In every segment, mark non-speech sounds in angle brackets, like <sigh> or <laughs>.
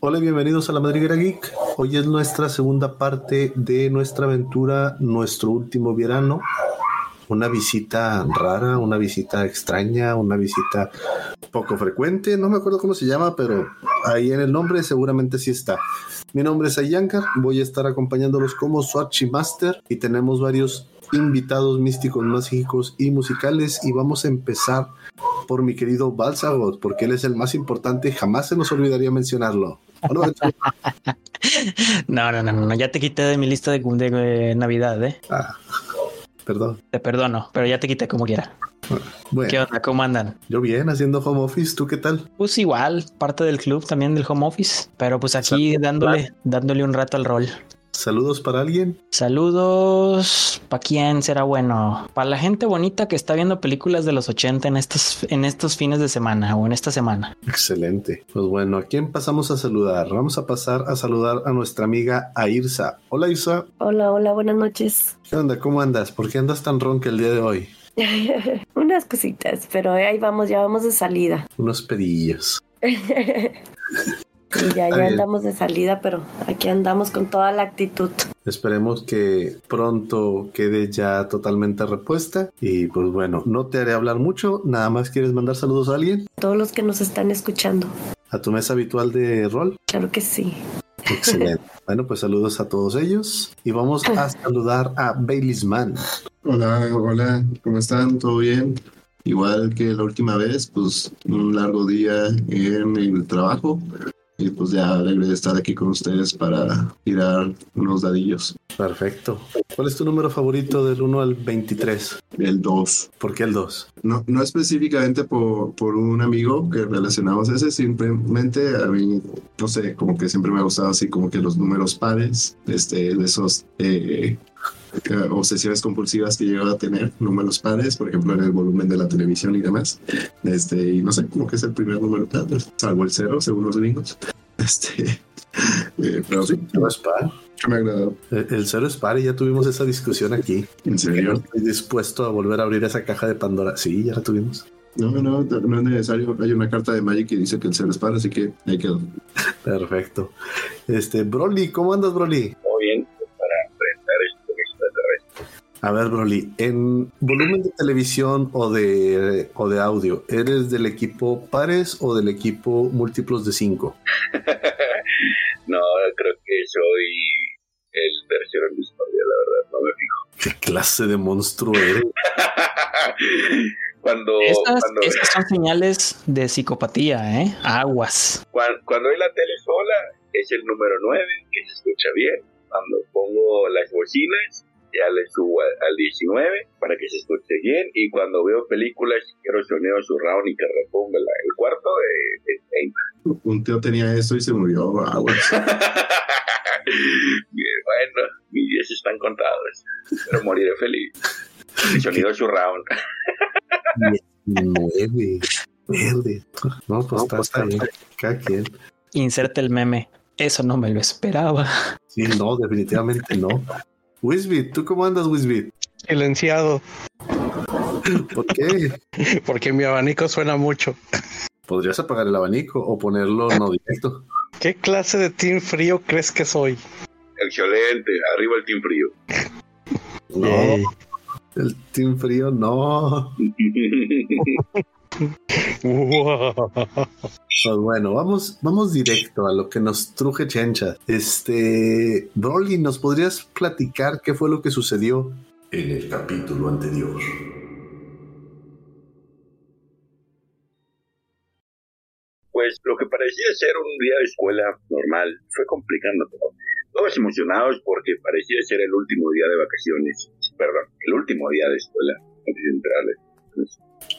Hola y bienvenidos a la Madriguera Geek. Hoy es nuestra segunda parte de nuestra aventura, nuestro último verano. Una visita rara, una visita extraña, una visita poco frecuente. No me acuerdo cómo se llama, pero ahí en el nombre seguramente sí está. Mi nombre es Ayankar. Voy a estar acompañándolos como su Master y tenemos varios invitados místicos, mágicos y musicales. Y vamos a empezar por mi querido Balsagot, porque él es el más importante y jamás se nos olvidaría mencionarlo. Hola, no, no, no, no, ya te quité de mi lista de, de, de Navidad, ¿eh? Ah, perdón. Te perdono, pero ya te quité como quiera. Bueno, ¿Qué onda? ¿Cómo andan? yo bien, haciendo home office, ¿tú qué tal? Pues igual, parte del club también del home office, pero pues aquí dándole, dándole un rato al rol. ¿Saludos para alguien? Saludos, ¿pa quién será bueno? Para la gente bonita que está viendo películas de los 80 en estos, en estos fines de semana o en esta semana. Excelente. Pues bueno, ¿a quién pasamos a saludar? Vamos a pasar a saludar a nuestra amiga Airsa. Hola Irsa, Hola, hola, buenas noches. <laughs> ¿qué onda? ¿Cómo andas? ¿Por qué andas tan ronca el día de hoy? Unas cositas, pero ahí vamos, ya vamos de salida. <laughs> Unos pedillos. Y ya, Está ya bien. andamos de salida, pero aquí andamos con toda la actitud. Esperemos que pronto quede ya totalmente repuesta. Y pues bueno, no te haré hablar mucho. Nada más quieres mandar saludos a alguien, Todos los que nos están escuchando, a tu mesa habitual de rol. claro que sí. Excelente. bueno, pues saludos a todos ellos. Y vamos a saludar a Baileys Man. Hola, hola, ¿cómo están? ¿Todo bien? Igual que la última vez, pues un largo día en el trabajo y pues ya alegre de estar aquí con ustedes para tirar unos dadillos. Perfecto. ¿Cuál es tu número favorito del 1 al 23? El 2. ¿Por qué el 2? No, no específicamente por, por un amigo que relacionamos ese, simplemente a mí, no sé, como que siempre me ha gustado así como que los números pares, este, de esos eh, eh, obsesiones compulsivas que llego a tener, números pares, por ejemplo, en el volumen de la televisión y demás, este, y no sé, como que es el primer número par, salvo el cero, según los gringos, <laughs> este, eh, pero sí, No es par. me agradó, El Eh, el cero es par y ya tuvimos esa discusión aquí. en Yo serio. estoy dispuesto a volver a abrir esa caja de Pandora. Sí, ya la tuvimos. No, no, no es necesario, hay una carta de Magic que dice que el cero es par, así que ahí quedó. Perfecto. Este, Broly, ¿cómo andas, Broly? muy bien pues, para enfrentar el <laughs> turista terrestre. A ver, Broly, en volumen de televisión o de, o de audio, ¿eres del equipo pares o del equipo múltiplos de 5? No, creo que soy el tercero en la historia, la verdad, no me fijo. ¿Qué clase de monstruo eres? <laughs> cuando, Estas, cuando, estas son señales de psicopatía, ¿eh? Aguas. cuan- cuando hay la tele sola, es el número 9, que se escucha bien. Cuando pongo las bocinas, ya le subo a- al 19 para que se escuche bien. Y cuando veo películas, quiero sonido surround y que reponga el cuarto, eh, es en- Un tío tenía eso y se murió. Aguas. Bien, bueno, mis días están contados, pero moriré feliz. El sonido surround. 9. Verde. No, pues está, está bien. Cada quien. Inserte el meme. Eso no me lo esperaba. Sí, no, definitivamente no. Wisbit, ¿tú cómo andas, Wisbit? Silenciado, ¿Por qué? porque mi abanico suena mucho. ¿Podrías apagar el abanico o ponerlo no directo? ¿Qué clase de team frío crees que soy? Excelente, arriba el team frío. No, el team frío, no. Pues bueno, vamos, vamos directo a lo que nos truje Chencha. Este, Broly, ¿nos podrías platicar qué fue lo que sucedió? En el capítulo anterior. pues lo que parecía ser un día de escuela normal fue complicando todo. Todos emocionados porque parecía ser el último día de vacaciones, perdón, el último día de escuela antes de entrar a las vacaciones.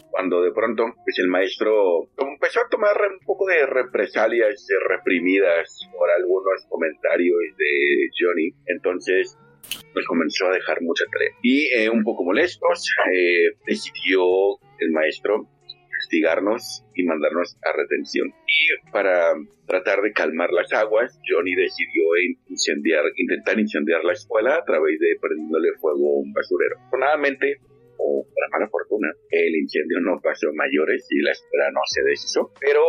Cuando de pronto, pues el maestro empezó a tomar un poco de represalias eh, reprimidas por algunos comentarios de Johnny. Entonces, pues comenzó a dejar mucha tarea. Y eh, un poco molestos, eh, decidió el maestro castigarnos y mandarnos a retención. Y para tratar de calmar las aguas, Johnny decidió in- incendiar, intentar incendiar la escuela a través de prendiéndole fuego a un basurero. Afortunadamente, o para mala fortuna, el incendio no pasó a mayores y la escuela no se deshizo. Pero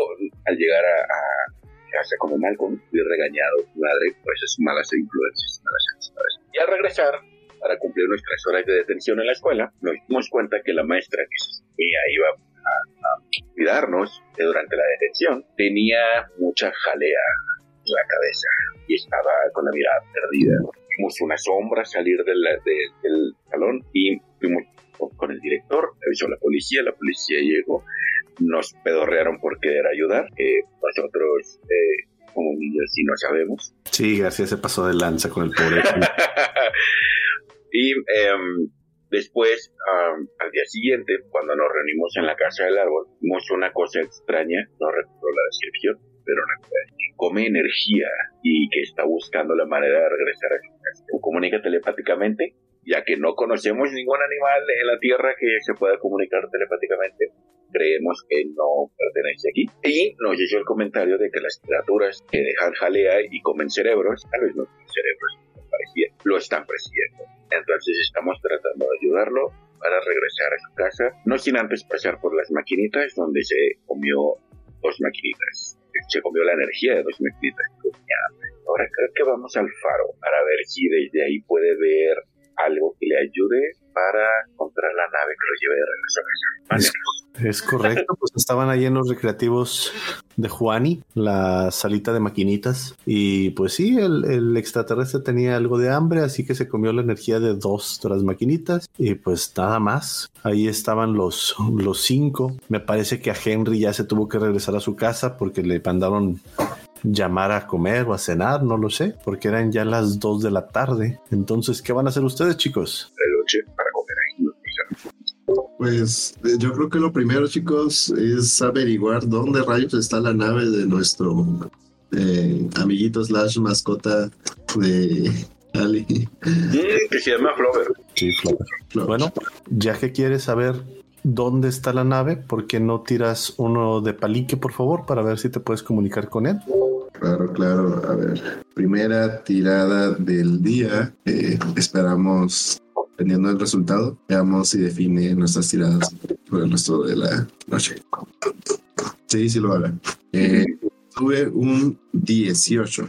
al llegar a- a casa como Malcolm y regañado su madre por esas malas influencias. malas influencias. Y al regresar, para cumplir nuestras horas de detención en la escuela, nos dimos cuenta que la maestra que se suponía iba a, a cuidarnos eh, durante la detención tenía mucha jalea en la cabeza y estaba con la mirada perdida. Vimos una sombra salir de la- de- del salón y fuimos con el director, avisó a la policía, la policía llegó nos pedorrearon por querer ayudar. Eh, nosotros, eh, como niños, sí no sabemos. Sí, García se pasó de lanza con el pobre. <laughs> <laughs> y em, después, am, al día siguiente, cuando nos reunimos en la casa del árbol, vimos una cosa extraña, no recuerdo la descripción, pero una cosa que come energía y que está buscando la manera de regresar a su casa. O comunica telepáticamente, ya que no conocemos ningún animal en la Tierra que se pueda comunicar telepáticamente. creemos que no pertenece aquí. Y nos hizo el comentario de que las criaturas que dejan jalea y comen cerebros, tal vez no comen cerebros, como parecía, lo están persiguiendo. Entonces estamos tratando de ayudarlo para regresar a su casa, no sin antes pasar por las maquinitas donde se comió dos maquinitas. Se comió la energía de dos maquinitas. Tenía hambre. Ahora creo que vamos al faro para ver si desde ahí puede ver algo que le ayude para encontrar la nave que lo lleve de regreso a casa. Vale. Es, es correcto, pues estaban ahí en los recreativos de Juani, la salita de maquinitas. Y pues sí, el, el extraterrestre tenía algo de hambre, así que se comió la energía de dos de las maquinitas. Y pues nada más, ahí estaban los, los cinco. Me parece que a Henry ya se tuvo que regresar a su casa porque le mandaron llamar a comer o a cenar, no lo sé, porque eran ya las dos de la tarde. Entonces, ¿qué van a hacer ustedes, chicos? la noche para comer ahí. Pues eh, yo creo que lo primero, chicos, es averiguar dónde rayos está la nave de nuestro eh, amiguito slash mascota de <laughs> Ali. Mm, que se llama Flover. Sí, claro. Bueno, ya que quieres saber dónde está la nave, ¿por qué no tiras uno de palique, por favor, para ver si te puedes comunicar con él? Claro, claro. A ver, primera tirada del día. Eh, esperamos, dependiendo del resultado, veamos si define nuestras tiradas por el resto de la noche. Sí, sí lo haga. Eh, tuve un 18.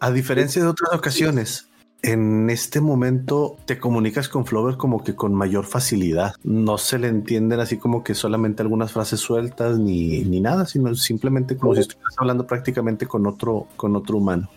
A diferencia de otras ocasiones, en este momento te comunicas con Flover como que con mayor facilidad. No se le entienden así como que solamente algunas frases sueltas ni, ni nada, sino simplemente como si estuvieras hablando prácticamente con otro, con otro humano.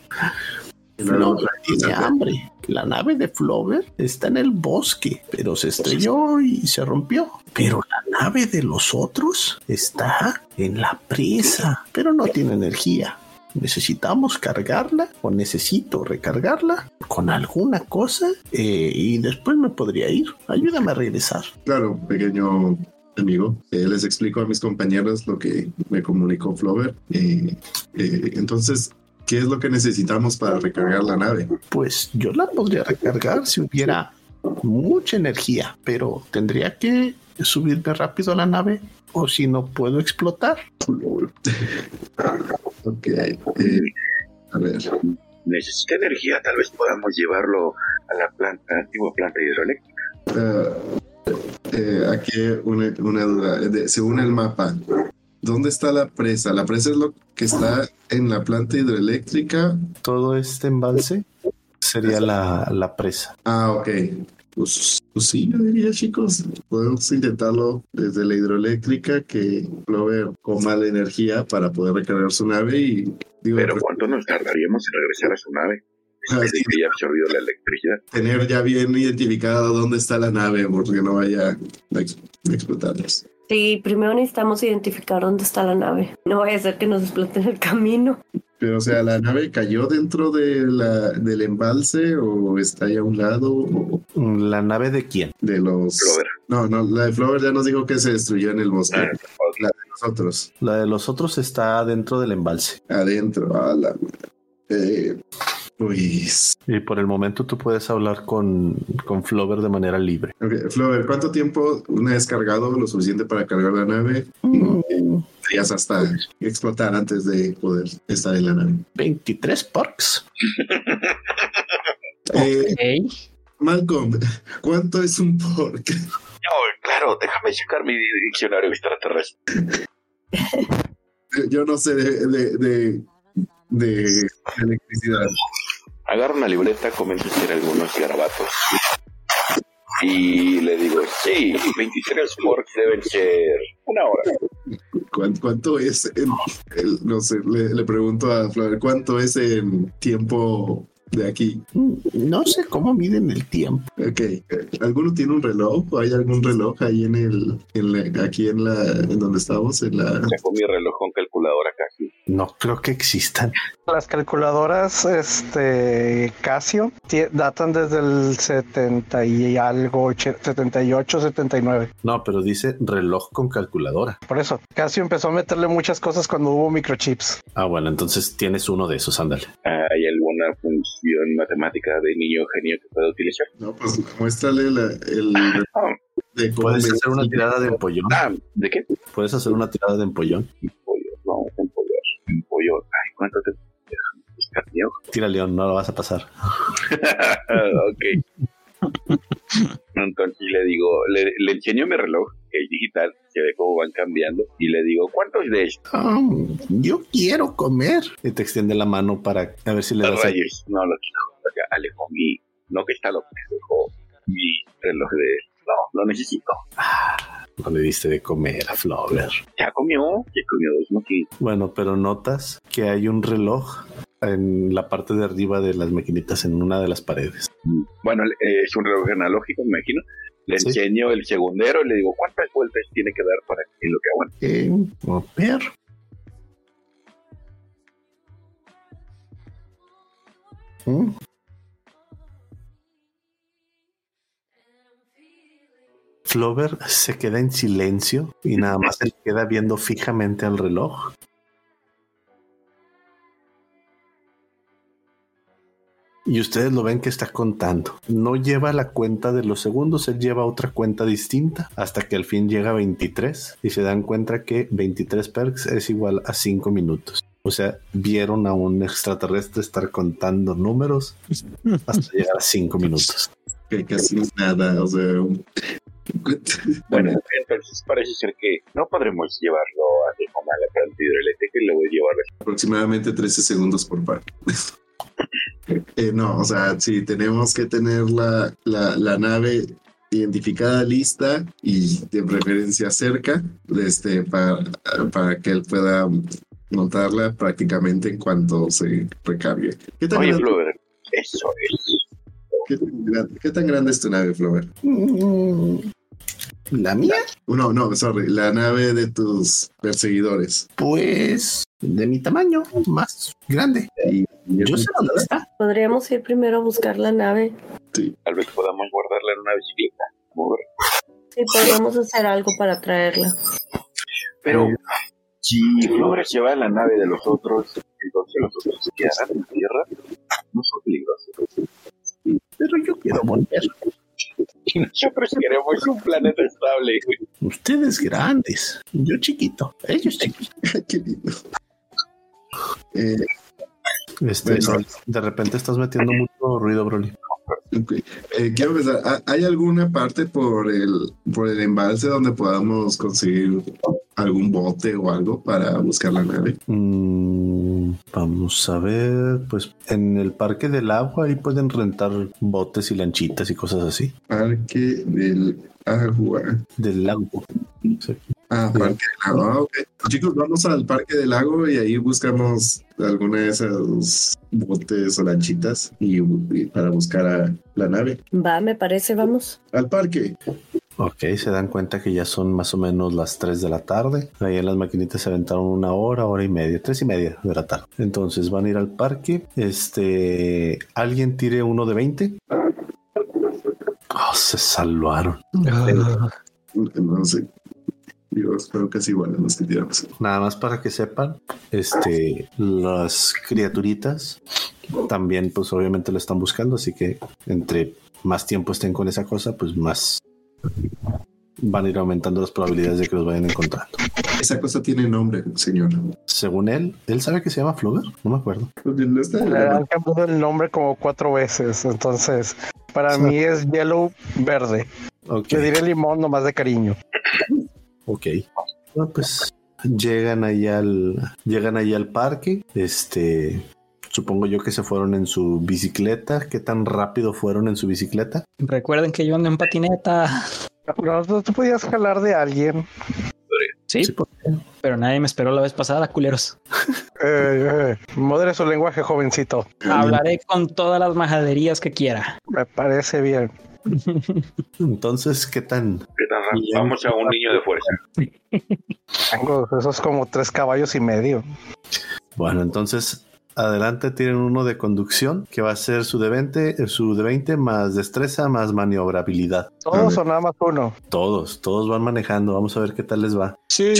Flover tiene hambre. La nave de Flover está en el bosque, pero se estrelló y se rompió. Pero la nave de los otros está en la presa, pero no tiene energía. Necesitamos cargarla o necesito recargarla con alguna cosa eh, y después me podría ir. Ayúdame a regresar. Claro, pequeño amigo. Eh, les explico a mis compañeros lo que me comunicó Flover. Eh, eh, entonces, ¿qué es lo que necesitamos para recargar la nave? <laughs> Pues yo la podría recargar si hubiera mucha energía, pero tendría que subirme rápido a la nave o si no puedo explotar. Ok. eh, a ver. Necesita energía, tal vez podamos llevarlo a la planta, antigua planta hidroeléctrica. eh, eh, aquí una, una duda. Eh, De- según el mapa, ¿dónde está la presa? ¿La presa es lo que está en la planta hidroeléctrica? todo este embalse sería la, la presa. Ah, ok. Pues, pues sí, yo diría, chicos, podemos intentarlo desde la hidroeléctrica que Clover coma la energía para poder recargar su nave y digo, Pero pues, ¿cuánto nos tardaríamos en regresar a su nave? Ah, Después de sí. que haya absorbido la electricidad. tener ya bien identificado dónde está la nave porque no vaya a ex- a explotarnos. Sí, primero necesitamos identificar dónde está la nave. No vaya a ser que nos explote en el camino. Pero, o sea, ¿la nave cayó dentro de la, del embalse o está ahí a un lado o ¿La nave de quién? de los... Flover. No, no, la de Flover ya nos dijo que se destruyó en el bosque. Ah, ok. La de nosotros, La de los otros está dentro del embalse. adentro. A la... Eh, pues... Y por el momento tú puedes hablar con, con Flover de manera libre. Ok, Flover, ¿cuánto tiempo una vez cargado, lo suficiente para cargar la nave? Días hasta explotar antes de poder estar en la nave. 23 parks. Eh, Ok. Malcolm, ¿cuánto es un pork? <laughs> No, claro, déjame checar mi diccionario extraterrestre. Yo no sé de, de- de de electricidad. Agarro una libreta, comienzo a hacer algunos garabatos. Y le digo, sí, 23 forks deben ser una hora. ¿Cuán- ¿Cuánto es? en- el- no sé, le, le pregunto a Flaver, ¿cuánto es en tiempo de aquí? Mm, No sé cómo miden el tiempo. Ok, eh, ¿alguno tiene un reloj? ¿O ¿Hay algún reloj ahí en el, en la- aquí en la, en donde estamos? En la, Saco mi reloj con calculadora casi. No creo que existan. Las calculadoras este, Casio tie- datan desde el 70 y algo, och- 78, 79. No, pero dice reloj con calculadora. Por eso, Casio empezó a meterle muchas cosas cuando hubo microchips. Ah, bueno, entonces tienes uno de esos, ándale. ¿Hay alguna función matemática de niño genio que pueda utilizar? no, pues muéstrale la- <laughs> el reloj de cómo Puedes me- hacer una tirada de empollón. Ah, ¿de qué? Puedes hacer una tirada de empollón. Pollo, no, un pollo, un pollo. Ay, ¿cuánto te... Pues, Déjame buscar mi hoja. Tira, León, no lo vas a pasar. <laughs> ok. Entonces le digo, le, le enseño mi reloj, que es digital, se ve cómo van cambiando, y le digo, ¿cuántos de estos yo quiero comer. Y te extiende la mano para a ver si le das ahí. rayos? No, los quiero. Ya, Alejo, mi, no que está loco, dejó mi reloj de... No, lo necesito. No le diste de comer a Flover. Ya comió, ya comió dos moquitos. Bueno, pero notas que hay un reloj en la parte de arriba de las maquinitas en una de las paredes. Bueno, le- eh, es un reloj analógico, me imagino. Le Sí. enseño el segundero y le digo, ¿cuántas vueltas tiene que dar para que lo que aguante? Eh, a ver. Mm, Flover se queda en silencio y nada más se queda viendo fijamente al reloj. Y ustedes lo ven que está contando. No lleva la cuenta de los segundos, él lleva otra cuenta distinta hasta que al fin llega a 23 y se dan cuenta que 23 perks es igual a 5 minutos. O sea, vieron a un extraterrestre estar contando números hasta llegar a 5 minutos. que casi nada, o sea... un- Bueno, entonces parece ser que no podremos llevarlo a Tejoma a la planta hidroeléctrica y le voy a llevar aproximadamente 13 segundos <laughs> por par. Eh, no, o sea, sí, tenemos que tener la, la- la nave identificada, lista y de preferencia cerca, este, para, para que él pueda montarla prácticamente en cuanto se recargue. ¿Qué Este tan, Oye, gran- Flover, eso es. qué tan gran- qué tan grande es tu nave, Flover? ¿La Mm, mía? No, no, sorry, la nave de tus perseguidores. Pues de mi tamaño, más grande. Y- Yo sé dónde está. Podríamos ir primero a buscar la nave. Tal vez podamos guardarla en una bicicleta. Mover. Sí, podríamos hacer algo para traerla. Pero si Flover se va a la nave de los otros, entonces los otros se quedarán en la tierra. No son <laughs> peligrosos. Pero yo quiero volver. Nosotros queremos un planeta estable. Ustedes grandes, yo chiquito, ellos chiquitos. <laughs> Qué lindo. Eh, Este, Bueno. De repente estás metiendo mucho ruido, Broly. Ok. Eh, quiero pensar, ¿ha- ¿hay alguna parte por el, por el embalse donde podamos conseguir algún bote o algo para buscar la nave? Mm, vamos a ver, pues en el parque del agua ahí pueden rentar botes y lanchitas y cosas así. Parque del agua. Del lago. Sí. Ah, Sí. parque del agua. Ah, ok. Chicos, vamos al parque del lago y ahí buscamos alguna de esas botes o lanchitas y, y para buscar a la nave. Va, me parece, vamos. Al parque. Ok, se dan cuenta que ya son más o menos las 3 de la tarde. Ahí en las maquinitas se aventaron una hora, hora y media, tres y media de la tarde. Entonces van a ir al parque. Este, alguien tire uno de 20. Oh, se salvaron. No sé. Yo espero que es igual a los que tiramos. Nada más para que sepan, este, las criaturitas también, pues obviamente lo están buscando, así que entre más tiempo estén con esa cosa, pues más van a ir aumentando las probabilidades de que los vayan encontrando. Esa cosa tiene nombre, señor. Según él, él sabe que se llama Flover, no me acuerdo. Pues, No está en Le la- han cambiado el nombre como cuatro veces. Entonces, para Sí. mí es Yellow Verde. Ok, Le diré limón nomás de cariño. ok. Ah, pues llegan ahí al, llegan ahí al parque, este, supongo yo que se fueron en su bicicleta, qué tan rápido fueron en su bicicleta. Recuerden que yo ando en patineta. No, no, tú podías jalar de alguien. Sí, Sí, pues, pero nadie me esperó la vez pasada, culeros. Eh, eh, modere su lenguaje, jovencito. Hablaré con todas las majaderías que quiera. Me parece bien. Entonces, ¿qué tan? ¿Qué tan rápido? Vamos a un niño de fuerza. Tengo esos como tres caballos y medio. Bueno, entonces adelante tienen uno de conducción que va a ser su de 20, eh, su de 20 más destreza más maniobrabilidad. Todos o nada más uno. Todos, todos van manejando. Vamos a ver qué tal les va. Sí.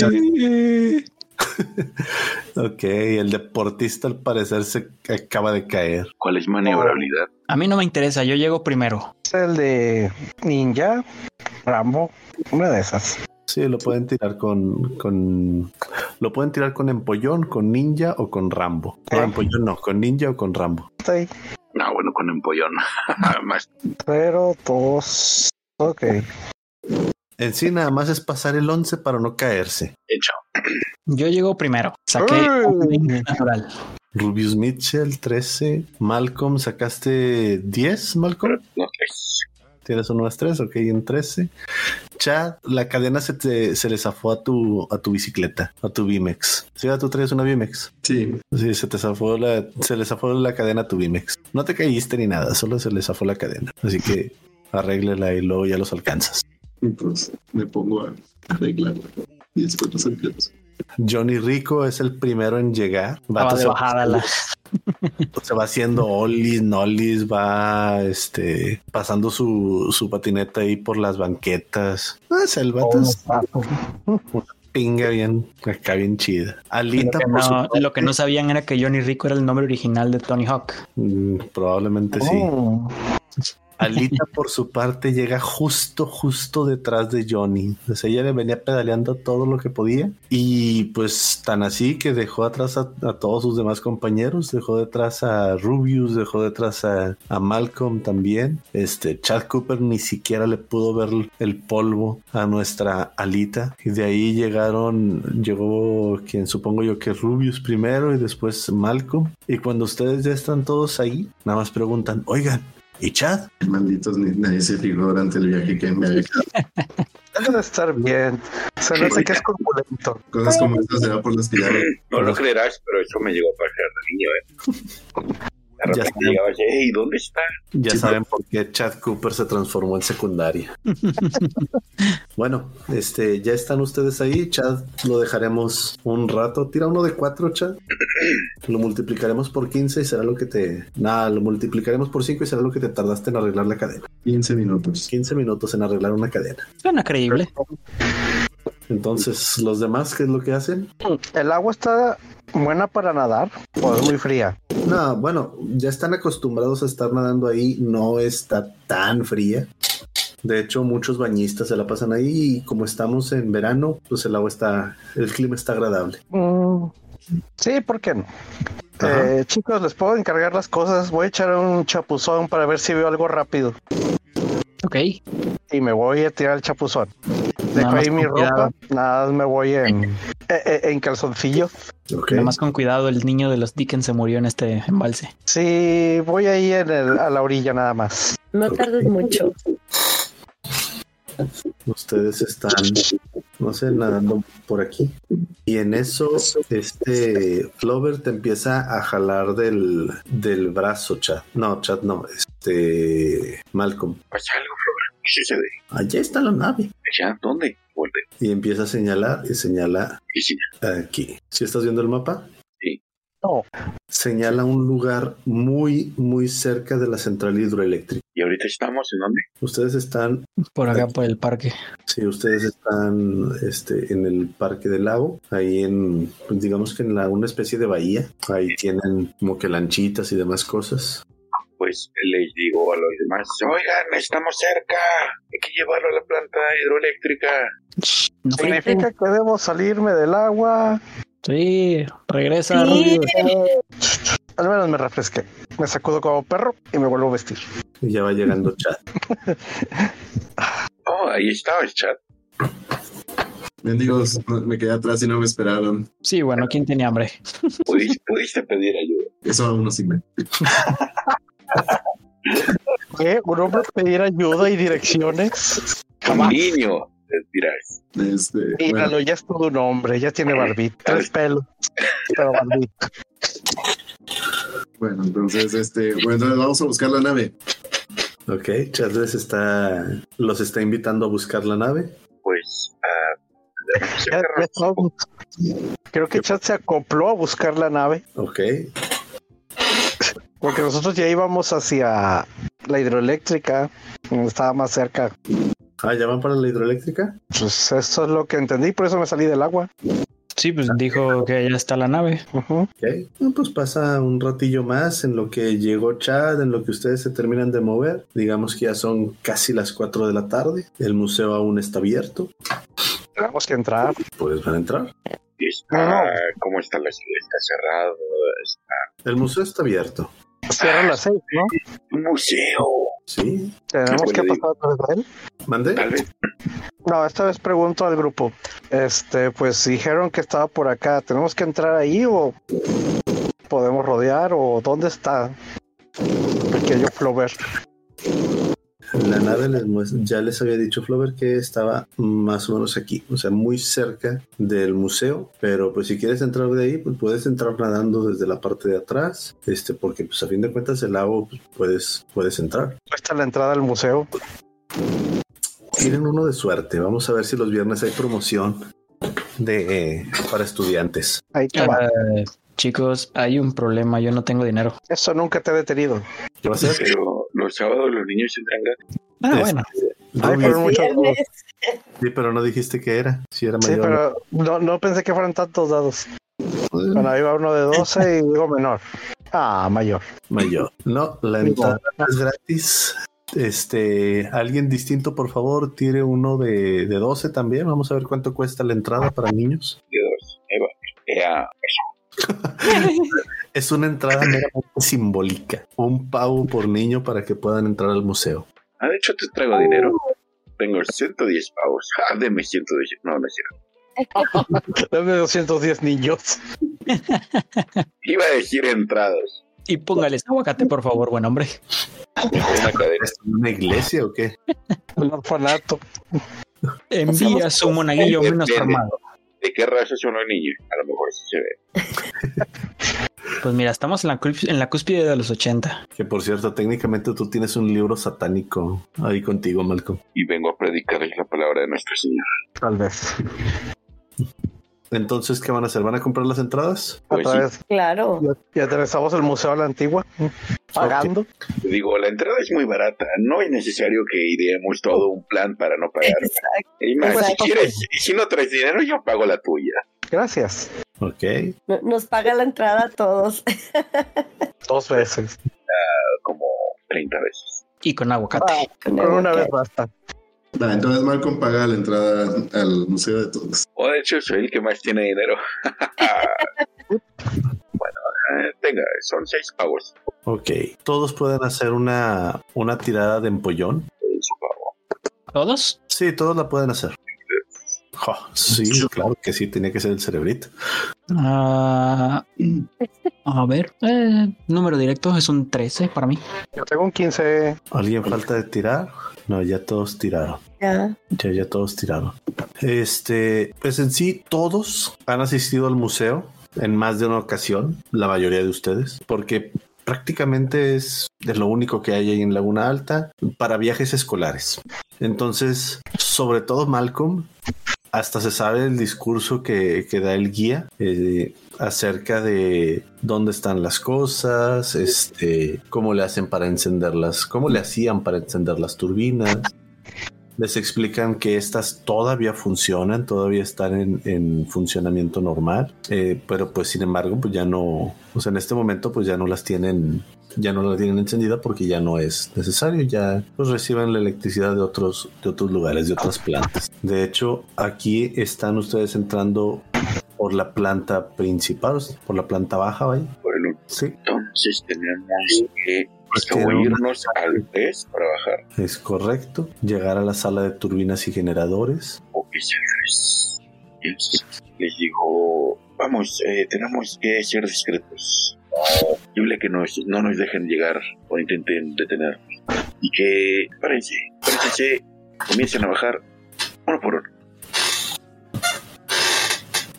Ok, el deportista al parecer se acaba de caer. ¿Cuál es maniobrabilidad? A mí no me interesa, yo llego primero. Es el de ninja, Rambo, una de esas. Sí, lo pueden tirar con, con lo pueden tirar con empollón, con ninja o con Rambo. Con Ah. empollón no, con ninja o con Rambo. Está ahí. No, bueno, con empollón. <laughs> Más. Cero, dos. Ok. En sí nada más es pasar el 11 para no caerse. Hecho. Yo llego primero. Saqué ¡Ey! un 20 natural. Rubius Mitchell 13, Malcolm sacaste 10, Malcolm. No, tres. Tienes uno más 3, ok, en 13. Chad, la cadena se, te- se le zafó a tu a tu bicicleta, a tu Bimex. Sí, ah, tú traes una Bimex. Sí, Sí, se te zafó la, se le zafó la cadena a tu Bimex. No te caíste ni nada, solo se le zafó la cadena. Así que arréglela y luego ya los alcanzas. y pues me pongo a arreglarlo. Y después nos empiezo. Johnny Rico es el primero en llegar. Estaba Vato de se- bajada la. se va haciendo ollis, nolis, va este pasando su, su patineta ahí por las banquetas. Ah, es el Oh, vato es pinga bien, acá bien chida. Lo Alita, que, por su no, parte, lo que no sabían era que Johnny Rico era el nombre original de Tony Hawk. mm, probablemente sí. Mm. Alita por su parte llega justo, justo detrás de Johnny. Pues ella le venía pedaleando todo lo que podía y pues tan así que dejó atrás a, a todos sus demás compañeros, dejó detrás a Rubius, dejó detrás a, a Malcolm también. Este Chad Cooper ni siquiera le pudo ver el polvo a nuestra Alita y de ahí llegaron, llegó quien supongo yo que es Rubius primero y después Malcolm. Y cuando ustedes ya están todos ahí, nada más preguntan, oigan. ¿Y Chad? Malditos, ni- nadie se fijó durante el viaje que me había quedado. Debe de estar bien. Se nota que es corpulento. Cosas como estas será por las que ya <clears throat> No lo creerás, pero eso me llegó a pasar de niño, ¿eh? <laughs> De Ya repente está. llegaba y decía, hey, ¿dónde está? Ya Sí, saben por qué Chad Cooper se transformó en secundaria. bueno, este, ya están ustedes ahí. Chad lo dejaremos un rato. Tira uno de cuatro, Chad. Lo multiplicaremos por 15 y será lo que te. Nada, lo multiplicaremos por 5 y será lo que te tardaste en arreglar la cadena. 15 minutos. 15 minutos en arreglar una cadena. Suena creíble. Entonces, los demás, ¿qué es lo que hacen? El agua está buena para nadar o es muy fría. No, bueno, ya están acostumbrados a estar nadando ahí, no está tan fría. De hecho, muchos bañistas se la pasan ahí y como estamos en verano, pues el agua está, el clima está agradable. Mm. Sí, ¿por qué no? Ajá. Eh, chicos, les puedo encargar las cosas. Voy a echar un chapuzón para ver si veo algo rápido. Ok. Y me voy a tirar el chapuzón. Dejo Nada más ahí mi con cuidado. ropa. Nada, más me voy en, eh, eh, en calzoncillo. Ok. Nada más con cuidado, el niño de los Dickens se murió en este embalse. Sí, voy ahí en el- a la orilla nada más. No tardes mucho. Ustedes están, no sé, nadando por aquí. Y en eso, este Flover te empieza a jalar del, del brazo, Chad. No, Chad, no, este Malcolm. Pasa algo, Flor. ¿Qué sucede? Allá está la nave. Allá, ¿dónde? Vuelve. Y empieza a señalar y señala Y si aquí. Si estás viendo el mapa? No, señala un lugar muy, muy cerca de la central hidroeléctrica. ¿Y ahorita estamos en dónde? Ustedes están, Por acá, por el parque. sí, ustedes están este, en el Parque del Lago, ahí en, pues, digamos que en la, una especie de bahía. Ahí tienen como que lanchitas y demás cosas. Pues les digo a los demás, oigan, estamos cerca. Hay que llevarlo a la planta hidroeléctrica. Shh, No fregues. significa que debo salirme del agua. Sí, regresa. Sí. Rubius. Al menos me refresqué. Me sacudo como perro y me vuelvo a vestir. Y ya va llegando Chad. Oh, ahí estaba el chat. Mendigos, no- me quedé atrás y no me esperaron. Sí, bueno, ¿quién tenía hambre? <laughs> Pudiste, pudiste pedir ayuda. Eso aún no sirve. ¿Qué? ¿Un hombre pedir ayuda y direcciones? Un Jamás. niño, les dirás. Este, bueno, Míralo, ya es todo un hombre, ya tiene barbita, tres pelos, pero barbita. bueno, entonces, este, bueno, entonces vamos a buscar la nave. Ok, Charles está, los está invitando a buscar la nave. Pues, ah, se Ya- agarra- ya estamos. Creo que Chad se acopló a buscar la nave, Ok, porque nosotros ya íbamos hacia la hidroeléctrica, donde estaba más cerca. ah, ya van para la hidroeléctrica. Pues eso es lo que entendí, por eso me salí del agua. Sí, pues dijo que ya está la nave. Ujú. Ok, No, pues pasa un ratillo más en lo que llegó Chad, en lo que ustedes se terminan de mover. Digamos que ya son casi las 4 de la tarde. El museo aún está abierto. Tenemos que entrar. Puedes van a entrar. está, ¿Cómo está la ciudad? Está cerrado. Está... El museo está abierto. Cierra las seis, ¿no? Un museo. Sí, Tenemos que Bueno, pasar a través de él. mandé. Tal vez. No, esta vez pregunto al grupo. Este, pues dijeron que estaba por acá. ¿Tenemos que entrar ahí o podemos rodear o dónde está? Pequeño Flover. La nave les muestra, ya les había dicho Flover que estaba más o menos aquí, o sea, muy cerca del museo, pero pues si quieres entrar de ahí, pues puedes entrar nadando desde la parte de atrás, este, porque pues a fin de cuentas el lago pues, puedes, puedes entrar. Ahí Está la entrada al museo. Tienen uno de suerte, vamos a ver si los viernes hay promoción de eh, para estudiantes. Ahí te va. Eh, chicos, hay un problema, yo no tengo dinero. Eso nunca te he detenido. ¿Qué va a ser? Pero los sábados los niños entran gratis. Ah, Este, bueno. Ay, Ruby, fueron muchos dados. Viernes. sí, pero no dijiste que era, si era Sí, mayor. pero no, no pensé que fueran tantos dados. Bueno, ahí va uno de 12 y digo menor. Ah, mayor. mayor. No, la entrada ah. es gratis. Este, alguien distinto, por favor, tire uno de, de 12 también. Vamos a ver cuánto cuesta la entrada para niños. Dios, Eva. Ea, Es una entrada meramente simbólica. Un pavo por niño para que puedan entrar al museo. ah, de hecho, te traigo dinero. Tengo 110 pavos. Ah, deme 110. No, no es cierto. Dame 210 niños. Iba a decir entradas. Y póngales aguacate, por favor, buen hombre. Una cadena. ¿Es una iglesia o qué? Un orfanato. Envía su monaguillo menos Depende. armado. ¿De qué raza son los niños? A lo mejor sí se ve. Pues mira, estamos en la, cusp- en la cúspide de los 80. Que por cierto, técnicamente tú tienes un libro satánico ahí contigo, Malcolm. Y vengo a predicarles la palabra de nuestro Señor. Tal vez. Entonces, ¿qué van a hacer? ¿Van a comprar las entradas? A Pues sí. través Claro. Y atravesamos el Museo a la Antigua, pagando. Digo, la entrada es muy barata. No es necesario que ideemos todo un plan para no <laughs> pagar. Exacto. Es más, si Exacto. quieres, si no traes dinero, yo pago la tuya. Gracias. Ok. No- Nos paga la entrada a <laughs> todos. Dos veces. Como 30 veces. Y con aguacate. Con una vez basta. Va, entonces Malcolm paga la entrada al museo de todos. O de hecho, soy el que más tiene dinero. <laughs> bueno, eh, tenga, son seis pavos. Ok. Todos pueden hacer una, una tirada de empollón. Eh, su pavo. Ah. ¿Todos? Sí, todos la pueden hacer. Jo, sí, claro que sí, tenía que ser el cerebrito. Ah, a ver. eh, número directo es un 13 para mí. Yo tengo un 15. ¿Alguien falta de tirar? No, ya todos tiraron. Ya. Ya, ya todos tiraron. Este, pues en sí, todos han asistido al museo en más de una ocasión, la mayoría de ustedes, porque prácticamente es, es lo único que hay ahí en Laguna Alta para viajes escolares. Entonces, sobre todo Malcolm, hasta se sabe el discurso que, que da el guía eh, acerca de dónde están las cosas, este, cómo le hacen para encenderlas, cómo le hacían para encender las turbinas. Les explican que estas todavía funcionan, todavía están en, en funcionamiento normal, eh, pero pues sin embargo, pues ya no, o sea, en este momento pues ya no las tienen, ya no la tienen encendida porque ya no es necesario, ya pues reciben la electricidad de otros, de otros lugares, de otras plantas. De hecho, aquí están ustedes entrando por la planta principal, o sea, por la planta baja, vaya. Bueno, Sí, entonces tenemos que queda una- subirnos al pez para bajar. es correcto. Llegar a la sala de turbinas y generadores. O que se ellos. Les digo, vamos, eh, tenemos que ser discretos. Es posible que nos, no nos dejen llegar o intenten detenernos. Y que, párense, párense, comiencen a bajar uno por uno.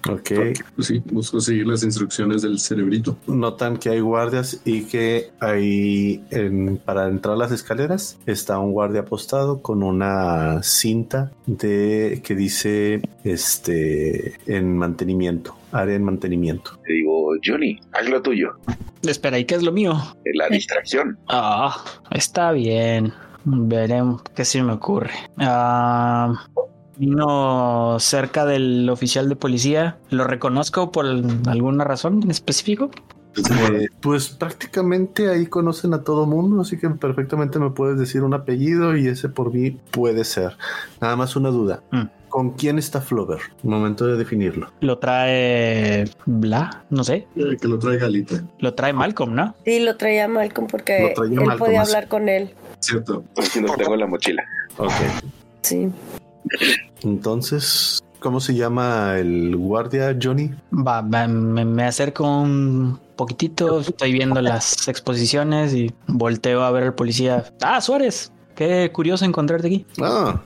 Ok. Pues Sí, busco seguir las instrucciones del cerebrito. Notan que hay guardias y que ahí en- para entrar a las escaleras está un guardia apostado con una cinta de que dice este en mantenimiento, área en mantenimiento. Le digo, Johnny, haz lo tuyo. Espera, ¿y qué es lo mío? Eh, La distracción. Ah, está bien. Veremos qué se me ocurre. Ah, vino cerca del oficial de policía. ¿Lo reconozco por alguna razón en específico? Eh, pues prácticamente ahí conocen a todo mundo, así que perfectamente me puedes decir un apellido y ese por mí puede ser. Nada más una duda. Mm. ¿Con quién está Flover? Momento de definirlo. Lo trae Bla, no sé. Eh, que lo traiga Alita. Lo trae Malcolm, ¿no? Sí, lo traía Malcolm porque Lo traía él Malcolm, podía así. hablar con él. Cierto. Entonces Pues lo tengo en la mochila. Sí. <laughs> Entonces, ¿cómo se llama el guardia Johnny? Va, va, me, me acerco un poquitito. Estoy viendo las exposiciones y volteo a ver al policía. Ah, Suárez. Qué curioso encontrarte aquí. Ah.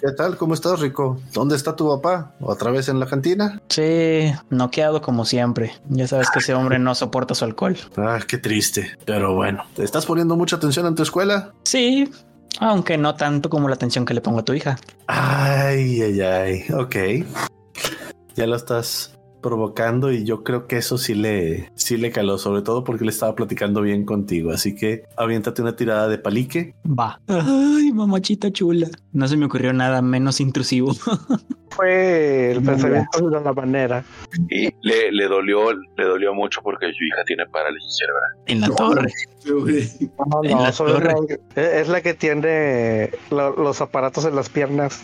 ¿Qué tal? ¿Cómo estás, Rico? ¿Dónde está tu papá? ¿Otra vez en la cantina? Sí, noqueado como siempre. Ya sabes que ese hombre no soporta su alcohol. Ah, qué triste. Pero bueno. ¿Te estás poniendo mucha atención en tu escuela? Sí, aunque no tanto como la atención que le pongo a tu hija. Ay, ay, ay. Ok. Ya lo estás provocando y yo creo que eso sí le, sí le caló, sobre todo porque le estaba platicando bien contigo. Así que aviéntate una tirada de palique. Va. Ay, mamachita chula. No se me ocurrió nada menos intrusivo. <laughs> Fue el Mira. pensamiento de la manera. Y le, le dolió, le dolió mucho porque su hija tiene parálisis cerebral. En la No. torre. Yo, güey, No, En la no, solo es la- torre. es la que tiene lo- los aparatos en las piernas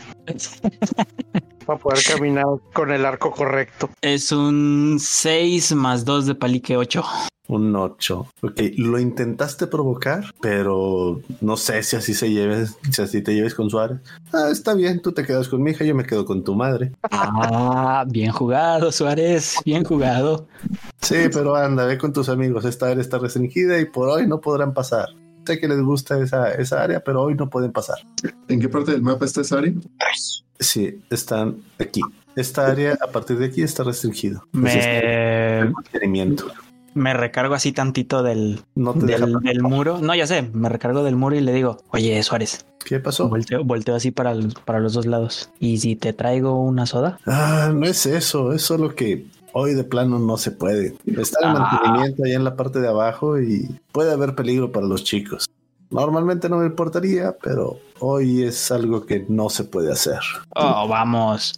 para poder caminar con el arco correcto. Es un 6 más 2 de palique 8. Un 8. Ok, lo intentaste provocar, pero no sé si así se lleves, si así te lleves con Suárez. Ah, está bien, tú te quedas con mi hija, yo me quedo con tu madre. Ah, bien jugado, Suárez. Bien jugado. <laughs> Sí, pero anda, ve con tus amigos, esta área está restringida y por hoy no podrán pasar. Sé que les gusta esa, esa área, pero hoy no pueden pasar. ¿En qué parte del mapa está esa área? Tres. Sí, están aquí. Esta área a partir de aquí está restringido. Pues Así está Me, el mantenimiento. me recargo así tantito del, No te deja. del, del muro. No, ya sé, me recargo del muro y le digo, oye, Suárez, ¿Qué pasó? volteo, volteo así para, los- para los dos lados. ¿Y si te traigo una soda? Ah, no es eso, es solo que hoy de plano no se puede. Está el Ah. mantenimiento ahí en la parte de abajo y puede haber peligro para los chicos. Normalmente no me importaría, pero hoy es algo que no se puede hacer. Oh, vamos.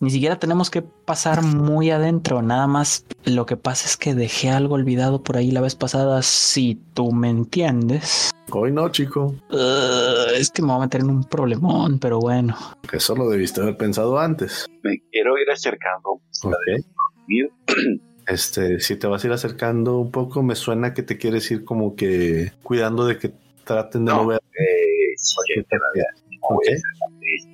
Ni siquiera tenemos que pasar muy adentro. Nada más lo que pasa es que dejé algo olvidado por ahí la vez pasada. Si tú me entiendes. Hoy no, chico. Uh, es que me voy a meter en un problemón, pero bueno. Eso lo debiste haber pensado antes. Me quiero ir acercando. Ok. Este, si te vas a ir acercando un poco, me suena que te quieres ir como que cuidando de que traten de No. no, ver. Eh, sí, Ok, eh,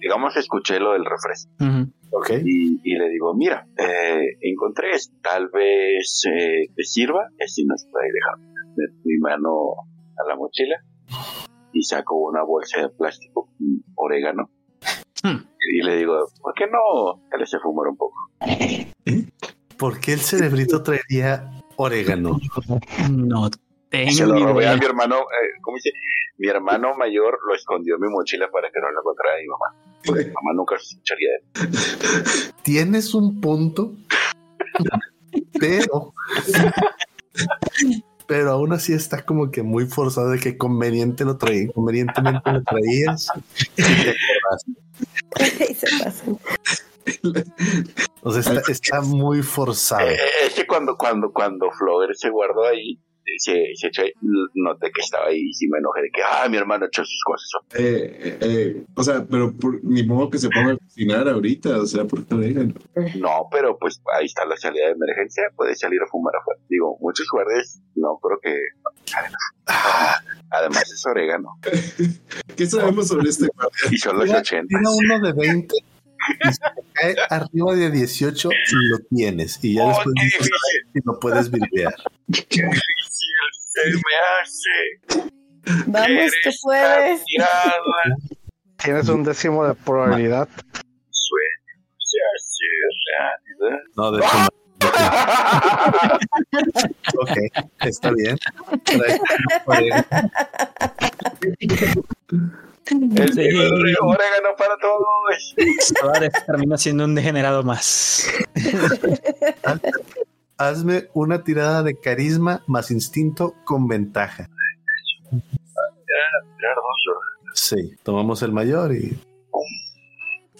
digamos, escuché lo del refresco. Ujú. ok. y, y le digo, mira, eh, encontré esto, tal vez eh, te sirva, y así nos puede dejar Meto mi mano a la mochila y saco una bolsa de plástico con orégano Hmm. y le digo, ¿por qué no? Él se fumar un poco. ¿Por qué el cerebrito traería orégano? No Y se tengo lo ni robé a idea. mi hermano, eh, ¿cómo dice? Mi hermano mayor lo escondió en mi mochila para que no lo encontrara mi mamá. Porque mi mamá nunca se escucharía de él. tienes un punto, pero, pero aún así está como que muy forzado de que conveniente lo traí, convenientemente lo traías. y se pasan. O sea, está, está muy forzado. Eh, Es que cuando, cuando, cuando Flover se guardó ahí, se, se echó ahí, noté que estaba ahí y sí me enojé de que, ah, mi hermano echó sus cosas. Eh, eh, eh, o sea, pero por, ni modo que se ponga a cocinar ahorita. O sea, ¿por qué no dejan? No, pero pues ahí está la salida de emergencia, puedes salir a fumar afuera. Digo, muchos guardias no creo que... Además es orégano. <laughs> ¿Qué sabemos sobre este guardia? Y son los Mira, 80. Tira uno de 20 Y si te cae arriba de 18, lo tienes. Y ya Oh, después qué dices, difícil, "Ay, lo puedes vivear. qué difícil se me hace. Vamos, tú Eres puedes. Tirada. <laughs> Tienes un décimo de probabilidad. Sueño se hace realidad. No, de hecho, no. Ok, está bien. Para- El Sí. primero de orégano para todos. Ahora termina siendo un degenerado más. <laughs> Hazme una tirada de carisma más instinto con ventaja. Tirar dos. Sí, tomamos el mayor y.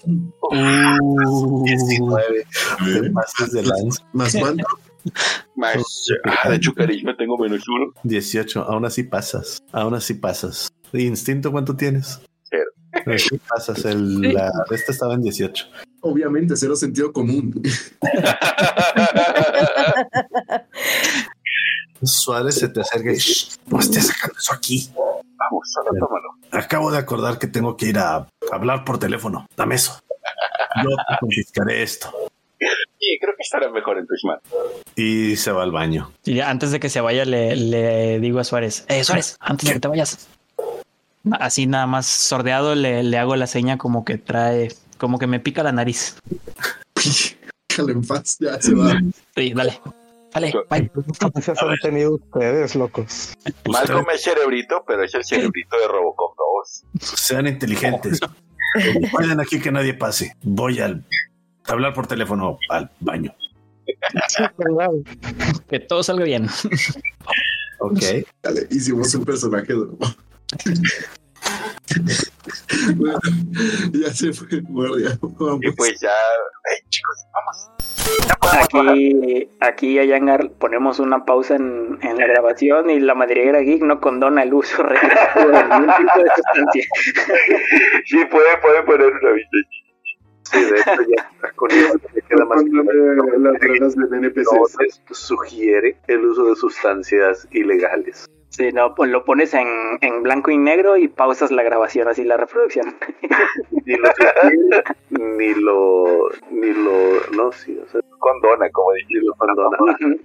Uh, 19. Te pasas de lanza. ¿Más cuánto? Más. Ah, de hecho, carisma tengo menos uno. 18. Aún así pasas. Aún así pasas. ¿Instinto cuánto tienes? Cero. Pero sí pasas. El, la, esta estaba en 18. Obviamente, cero sentido común. Suárez se te acerca y "Shh, no estés sacando eso aquí. Vamos, solo tómalo. Acabo de acordar que tengo que ir a hablar por teléfono. Dame eso. Yo te confiscaré esto. Sí, creo que estará mejor en tus manos. Pues Y se va al baño. y ya antes de que se vaya, le, le digo a Suárez: Eh, Suárez, antes de que te vayas. Así nada más sordeado le, le hago la seña como que trae, como que me pica la nariz. Déjalo en paz, ya se va. Sí, dale. Dale, bye. Entonces han tenido ustedes, locos. Mal Ustedes come cerebrito, pero es el cerebrito de Robocop 2. sean inteligentes. Cuiden aquí que nadie pase. Voy al a hablar por teléfono al baño. <laughs> Que todo salga bien. Ok. Dale, hicimos un personaje de Bueno, ya se fue el guardia. Vamos. Y pues ya, eh, chicos, vamos. Aquí, aquí y Yangar ponemos una pausa en, en la grabación y la madriguera geek no condona el uso <laughs> real de ningún tipo de sustancia. Sí, puede, puede poner una vista. Sí, de hecho, ya está con eso, me queda más claro. Las reglas del NPC. No les sugiere el uso de sustancias ilegales. Sí, no, pues lo pones en, en blanco y negro y pausas la grabación, así la reproducción. Ni lo sugiere, <laughs> ni lo, ni lo, no, sí, o sea, Condona, como dije. ni lo abandona.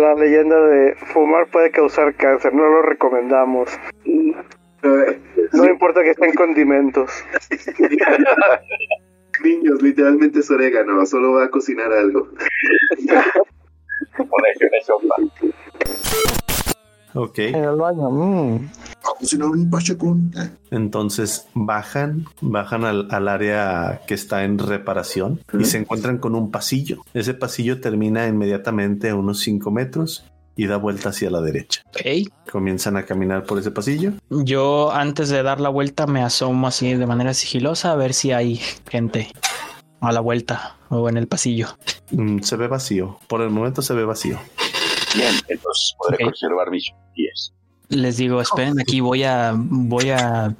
La leyenda de fumar puede causar cáncer, no lo recomendamos. No importa que estén condimentos. <laughs> Niños, literalmente es orégano, solo va a cocinar algo. Ponerse una sopa. Ok. En el baño. mm. Vamos a un pachacón. Entonces bajan, bajan al, al área que está en reparación y se encuentran con un pasillo. Ese pasillo termina inmediatamente a unos 5 metros y da vuelta hacia la derecha. Ok. Comienzan a caminar por ese pasillo. Yo antes de dar la vuelta me asomo así de manera sigilosa a ver si hay gente a la vuelta o en el pasillo. Mm, se ve vacío. Por el momento se ve vacío. Bien, entonces podré Ok. conservar mis pies. Les digo, esperen aquí, voy a voy a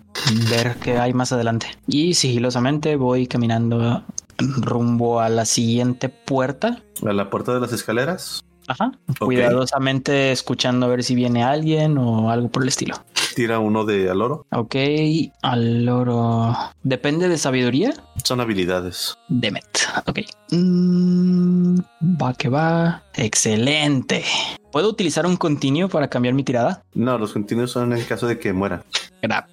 ver qué hay más adelante. Y sigilosamente voy caminando rumbo a la siguiente puerta. A la puerta de las escaleras. Ajá. Ok. Cuidadosamente escuchando a ver si viene alguien o algo por el estilo. Tira uno de al oro. Ok, al loro. Depende de sabiduría. Son habilidades. Demet. Ok. Mm, va que va. Excelente. ¿Puedo utilizar un continuo para cambiar mi tirada? No, los continuos son en caso de que muera. Grab.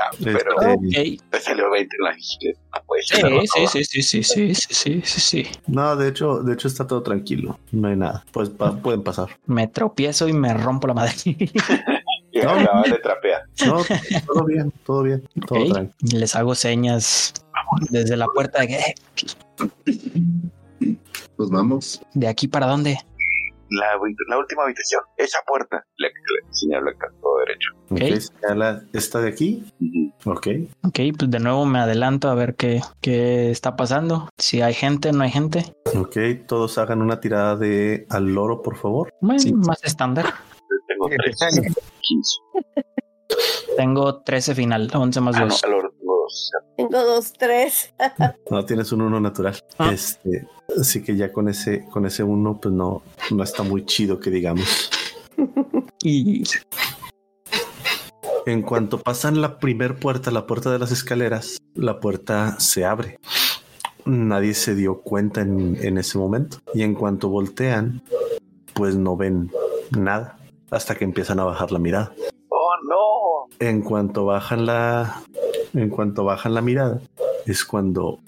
Ah, pero Este, Ok. Sí, te salió 20 en la bicicleta. No puede ser. ¿no? sí, sí, sí, sí, sí, sí, sí, sí, sí. No, de hecho, de hecho está todo tranquilo. No hay nada. Pues pa- pueden pasar. Me tropiezo y me rompo la madre. <laughs> Y No. acababa de trapear. No, todo bien, todo bien, todo Ok. tranquilo. Les hago señas desde la puerta de que, Nos vamos. de aquí para dónde. La, habi- la última habitación, esa puerta. La que le señala el canto derecho. Ok, señala esta de aquí. Ujú. Ok. Ok, pues de nuevo me adelanto a ver qué, qué está pasando. Si hay gente, no hay gente. Ok, todos hagan una tirada de al loro, por favor. Bueno, Sí. Más estándar. Tengo 3, 15. Tengo 13 final, 11 más Ah, 2. no, al oro tengo dos. Tengo dos, tres. Ah, No tienes un uno natural. Ah. Este, así que ya con ese, con ese uno, pues no, no está muy chido que digamos. Y En cuanto pasan la primer puerta, la puerta de las escaleras, la puerta se abre. Nadie se dio cuenta en, en ese momento. Y en cuanto voltean, pues no ven nada hasta que empiezan a bajar la mirada. ¡Oh, En cuanto bajan la, en cuanto bajan la mirada, es cuando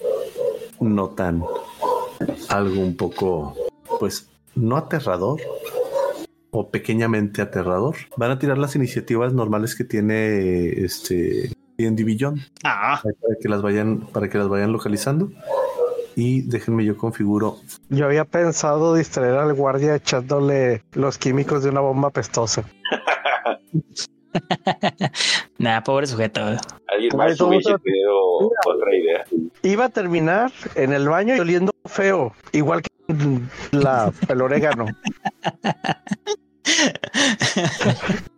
notan algo un poco, pues no aterrador o pequeñamente aterrador. Van a tirar las iniciativas normales que tiene este D&D Beyond Ah, para que las vayan, para que las vayan localizando. Y déjenme yo configuro Yo había pensado distraer al guardia echándole los químicos de una bomba pestosa. nada, pobre sujeto. Alguien Ay, más ¿cómo hubiese se- tenido otra idea. Iba a terminar en el baño y oliendo feo, igual que <laughs> la, el orégano.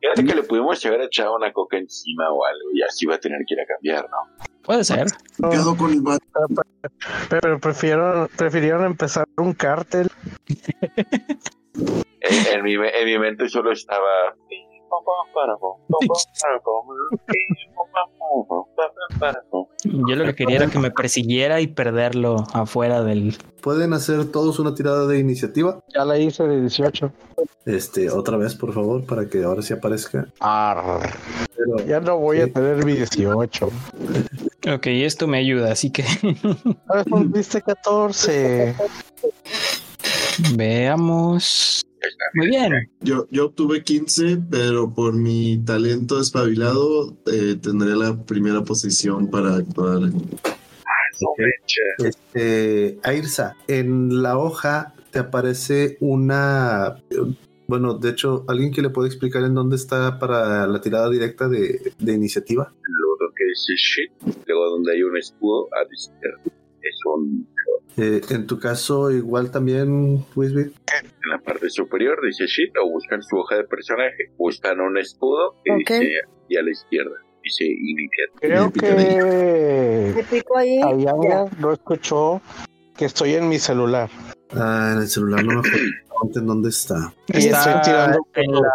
Fíjate que le pudimos haber echado una coca encima o algo y así va a tener que ir a cambiar, ¿no? Puede ser. Ah. Cuidado con el vato. Pero prefiero, prefirieron empezar un cártel. En, en mi, me- en mi mente solo estaba... Yo lo que quería era que <laughs> me persiguiera y perderlo afuera del. Pueden hacer todos una tirada de iniciativa. Ya la hice de 18. Este, otra vez, por favor, para que ahora sí aparezca. Arr, Pero ya no voy Sí. a tener mi 18. Ok, esto me ayuda, así que <laughs> Ahora <laughs> rompiste 14. veamos. Muy bien. Yo, yo obtuve 15, pero por mi talento espabilado eh, tendré la primera posición para actuar. Este, Airsa, en la hoja te aparece una. Bueno, de hecho, alguien que le puede explicar en dónde está para la tirada directa de, de iniciativa. Luego que dice shit, luego donde hay un escudo a la izquierda. Es un... Eh, en tu caso, igual también, Wisbit. En la parte superior dice shit o buscan su hoja de personaje. Buscan un escudo que Ok. dice... Y a la izquierda dice iniciativa. Creo que Le pico ahí. Ayanga Ya. no escuchó que estoy en mi celular. Ah, en el celular no me acuerdo en dónde está. Y estoy tirando en la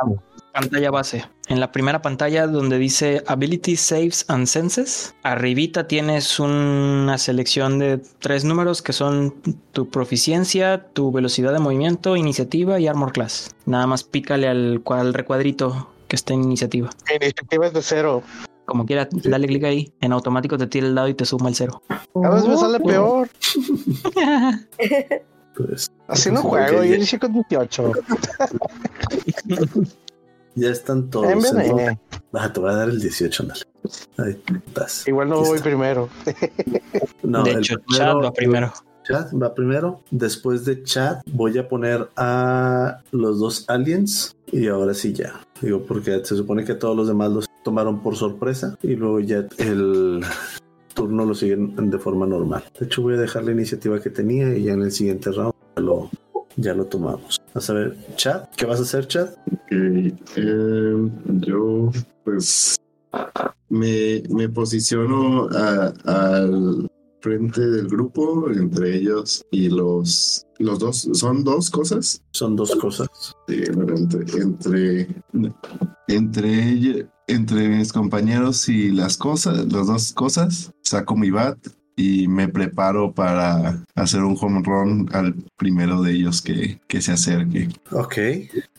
pantalla base. En la primera pantalla donde dice Ability Saves and Senses, arribita tienes una selección de tres números que son tu proficiencia, tu velocidad de movimiento, iniciativa y armor class. Nada más pícale al cual recuadrito que está en iniciativa. iniciativas de cero. Como quiera, dale clic ahí. En automático te tira el dado y te suma el cero. Oh, pues. Cada vez me sale peor. <laughs> Pues, Así no Ok, juego. ya. Yo inicié con 18. ya están todos. Pues, entonces- Envenené. Ah, te voy a dar el 18, ándale. Ahí estás. Igual no Aquí voy está. primero. <laughs> No, de el hecho, primero- Chad va primero. Chad va primero. Después de Chad voy a poner a los dos aliens. Y ahora sí ya. Digo, porque se supone que todos los demás los tomaron por sorpresa. Y luego ya el turno lo siguen de forma normal. De hecho, voy a dejar la iniciativa que tenía y ya en el siguiente round ya lo, ya lo tomamos. Vas a ver, Chad, ¿qué vas a hacer, Chad? Ok, eh, yo, pues, me, me posiciono a- al frente del grupo, entre ellos y los, los dos, son dos cosas. Son dos cosas. Sí, bueno, entre, entre, entre, ella- entre mis compañeros y las cosas, las dos cosas, saco mi bat y me preparo para hacer un home run al primero de ellos que, que se acerque. Ok,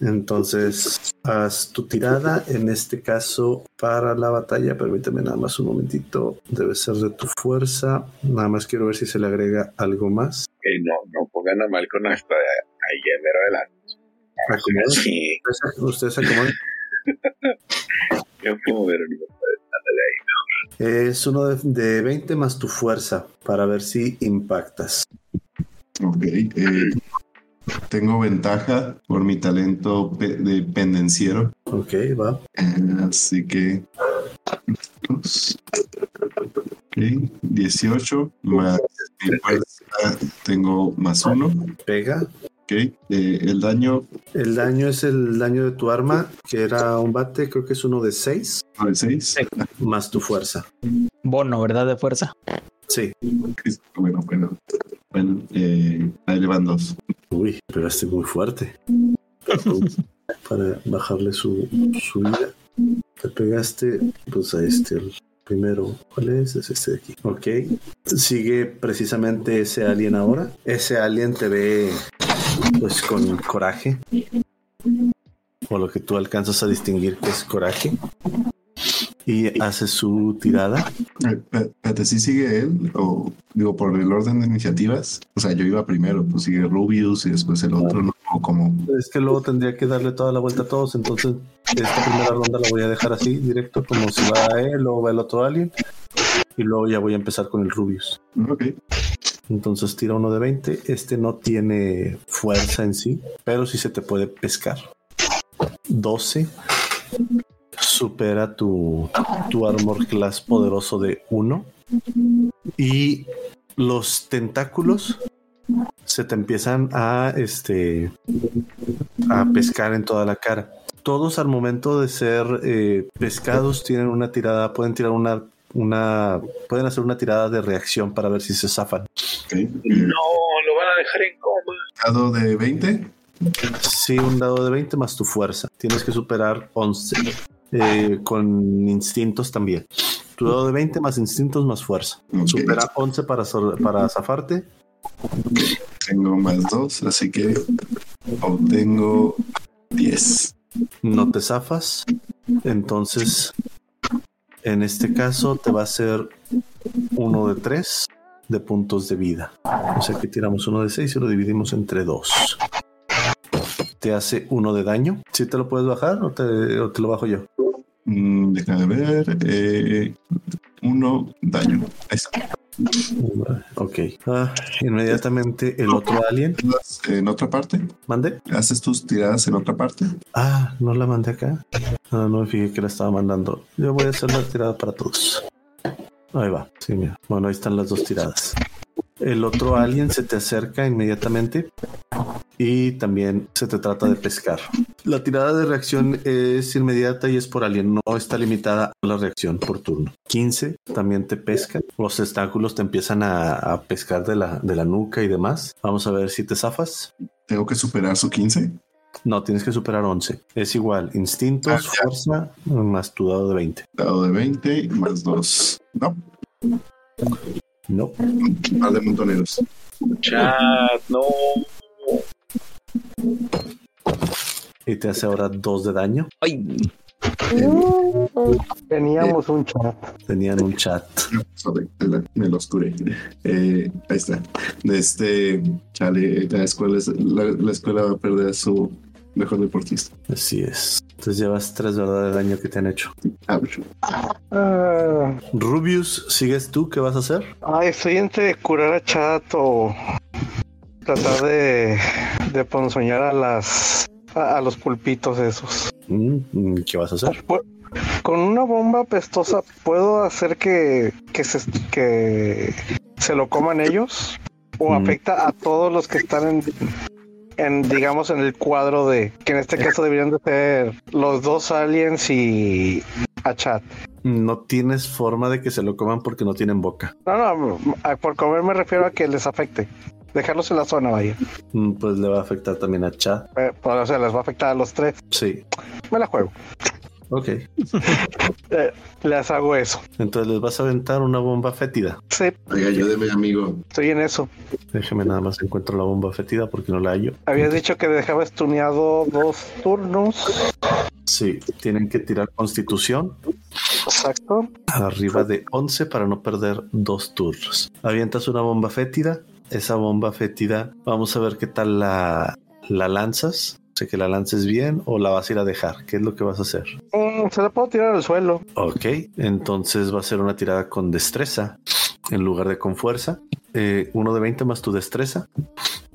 entonces haz tu tirada, en este caso para la batalla, permíteme nada más un momentito, debe ser de tu fuerza, nada más quiero ver si se le agrega algo más. Eh, no, no pongan a Malcolm hasta ahí en mero adelante. Acomoda. Sí, Ustedes se acomodan. yo puedo ver el Es uno de, de 20 más tu fuerza para ver si impactas. Ok. eh, tengo ventaja por mi talento pe- de pendenciero. Ok, va. eh, Así que. ups, ok, 18 más mi fuerza, tengo más uno. Ok. Pega. eh, el daño El daño es el daño de tu arma, que era un bate, creo que es uno de 6 de 6. más tu fuerza. Bono, ¿verdad? De fuerza. Sí. Bueno, bueno. Bueno, eh, ahí le van dos. Uy, pegaste muy fuerte. Para bajarle su, su vida. Te pegaste, pues a este, el primero. ¿Cuál es? Es este de aquí. Ok. Sigue precisamente ese alien ahora. Ese alien te ve, pues con coraje. O lo que tú alcanzas a distinguir que es coraje. Y hace su tirada. Eh, Espérate, ¿sí sigue él? O digo, por el orden de iniciativas. O sea, yo iba primero, pues sigue Rubius y después el otro, ¿no? O como. Es que luego tendría que darle toda la vuelta a todos. Entonces, esta primera ronda la voy a dejar así, directo, como si va él, luego va el otro alien. Y luego ya voy a empezar con el Rubius. Ok. Entonces tira uno de 20. Este no tiene fuerza en sí, pero sí se te puede pescar. 12. Supera tu, tu armor class poderoso de 1. Y los tentáculos se te empiezan a, este, a pescar en toda la cara. Todos al momento de ser eh, pescados tienen una tirada, pueden tirar una, una, pueden hacer una tirada de reacción para ver si se zafan. ok. Eh, No, lo van a dejar en coma. Dado de 20. Sí, un dado de 20 más tu fuerza. Tienes que superar 11. Eh, con instintos también. Tu dado de 20 más instintos más fuerza. Ok. Supera 11 para, sor- para zafarte. Tengo más 2, así que obtengo 10. No te zafas. Entonces, en este caso te va a ser uno de 3 de puntos de vida. O sea que tiramos uno de 6 y lo dividimos entre 2. Te hace uno de daño. Si te lo puedes bajar o te, o te lo bajo yo. Mm, déjame ver. Eh, uno daño. Ahí está. Ok. Ah, inmediatamente el otro alien. En otra parte. ¿Mande? ¿Haces tus tiradas en otra parte? Ah, no la mandé acá. Ah, no me fijé que la estaba mandando. Yo voy a hacer la tirada para todos. Ahí va. Sí, mira. Bueno, ahí están las dos tiradas. El otro alien se te acerca inmediatamente y también se te trata de pescar. La tirada de reacción es inmediata y es por alien. No está limitada a la reacción por turno. 15 también te pesca. Los tentáculos te empiezan a, a pescar de la, de la nuca y demás. Vamos a ver si te zafas. Tengo que superar su 15. No, tienes que superar 11. Es igual, Ah, instintos, ya. fuerza, más tu dado de 20. Dado de 20 más 2. No, No. par de montoneros. Chat, no. Y te hace ahora 2 de daño. Ay, Teníamos un chat. Tenían un chat. Sorry, te la- me los curé. Eh, ahí está. Este, chale, la escuela, es- la, la escuela va a perder a su mejor deportista. Así es. Entonces llevas 3 verdad de daño que te han hecho. Ouch. Ah, Rubius, ¿sigues tú? ¿Qué vas a hacer? ay, estoy entre curar a chat o tratar de, de ponzoñar a las a, a los pulpitos esos. Mm, mm, ¿Qué vas a hacer? Pu- Con una bomba pestosa puesto puedo hacer que, que, se, que se lo coman ellos o Mm. afecta a todos los que están en, en, digamos en el cuadro de que en este caso deberían de ser los dos aliens y a chat. No tienes forma de que se lo coman porque no tienen boca. No, no, a- por comer me refiero a que les afecte. Dejarlos en la zona, vaya. Mm, Pues le va a afectar también a chat. Eh, pues, o sea, les va a afectar a los tres. Sí. Me la juego. Ok. Les hago eso. Entonces les vas a aventar una bomba fétida. Sí, Oiga, ayúdeme, amigo. estoy en eso. Déjame nada más encuentro la bomba fétida porque no la hallo. Habías dicho que dejaba estuneado dos turnos. Sí. Tienen que tirar constitución Exacto. arriba de 11 para no perder dos turnos. Avientas una bomba fétida. Esa bomba fétida, vamos a ver qué tal la, la lanzas. O sea, que la lances bien o la vas a ir a dejar. ¿Qué es lo que vas a hacer? Mm, se la puedo tirar al suelo. Ok, entonces va a ser una tirada con destreza en lugar de con fuerza. Eh, uno de 20 más tu destreza.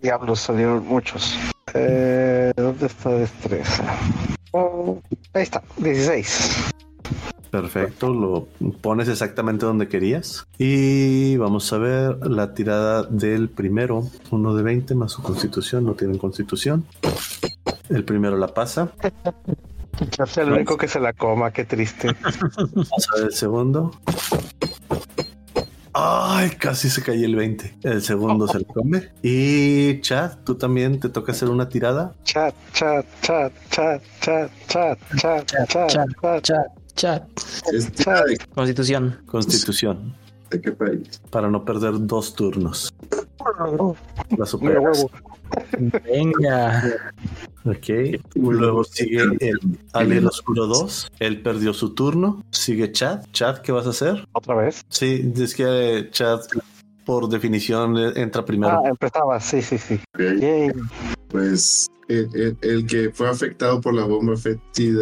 Diablos, salieron muchos. Eh, ¿Dónde está destreza? Oh, ahí está, 16. Perfecto, lo pones exactamente donde querías. Y vamos a ver la tirada del primero. Uno de 20 más su constitución. No tienen constitución. El primero la pasa. Es el único que se la coma, qué triste. Vamos a ver el segundo. Ay, casi se cayó el 20. El segundo se lo come. Y Chad, tú también te toca hacer una tirada. Chat, chat, chat, chat, chat, chat, chat, chat, chat, chat. chat, Chat. Este, Ah. ¿de, Constitución. Constitución. de qué país? Para no perder dos turnos. La Mira, superas. huevo. <laughs> Venga. Ok. Luego sigue el Alien Oscuro 2. Él perdió su turno. Sigue Chad. Chad, ¿qué vas a hacer? ¿Otra vez? Sí, es que eh, Chad, por definición, eh, entra primero. Ah, empezaba, sí, sí, sí. Ok. Yay. Pues el, el- el que fue afectado por la bomba afectiva,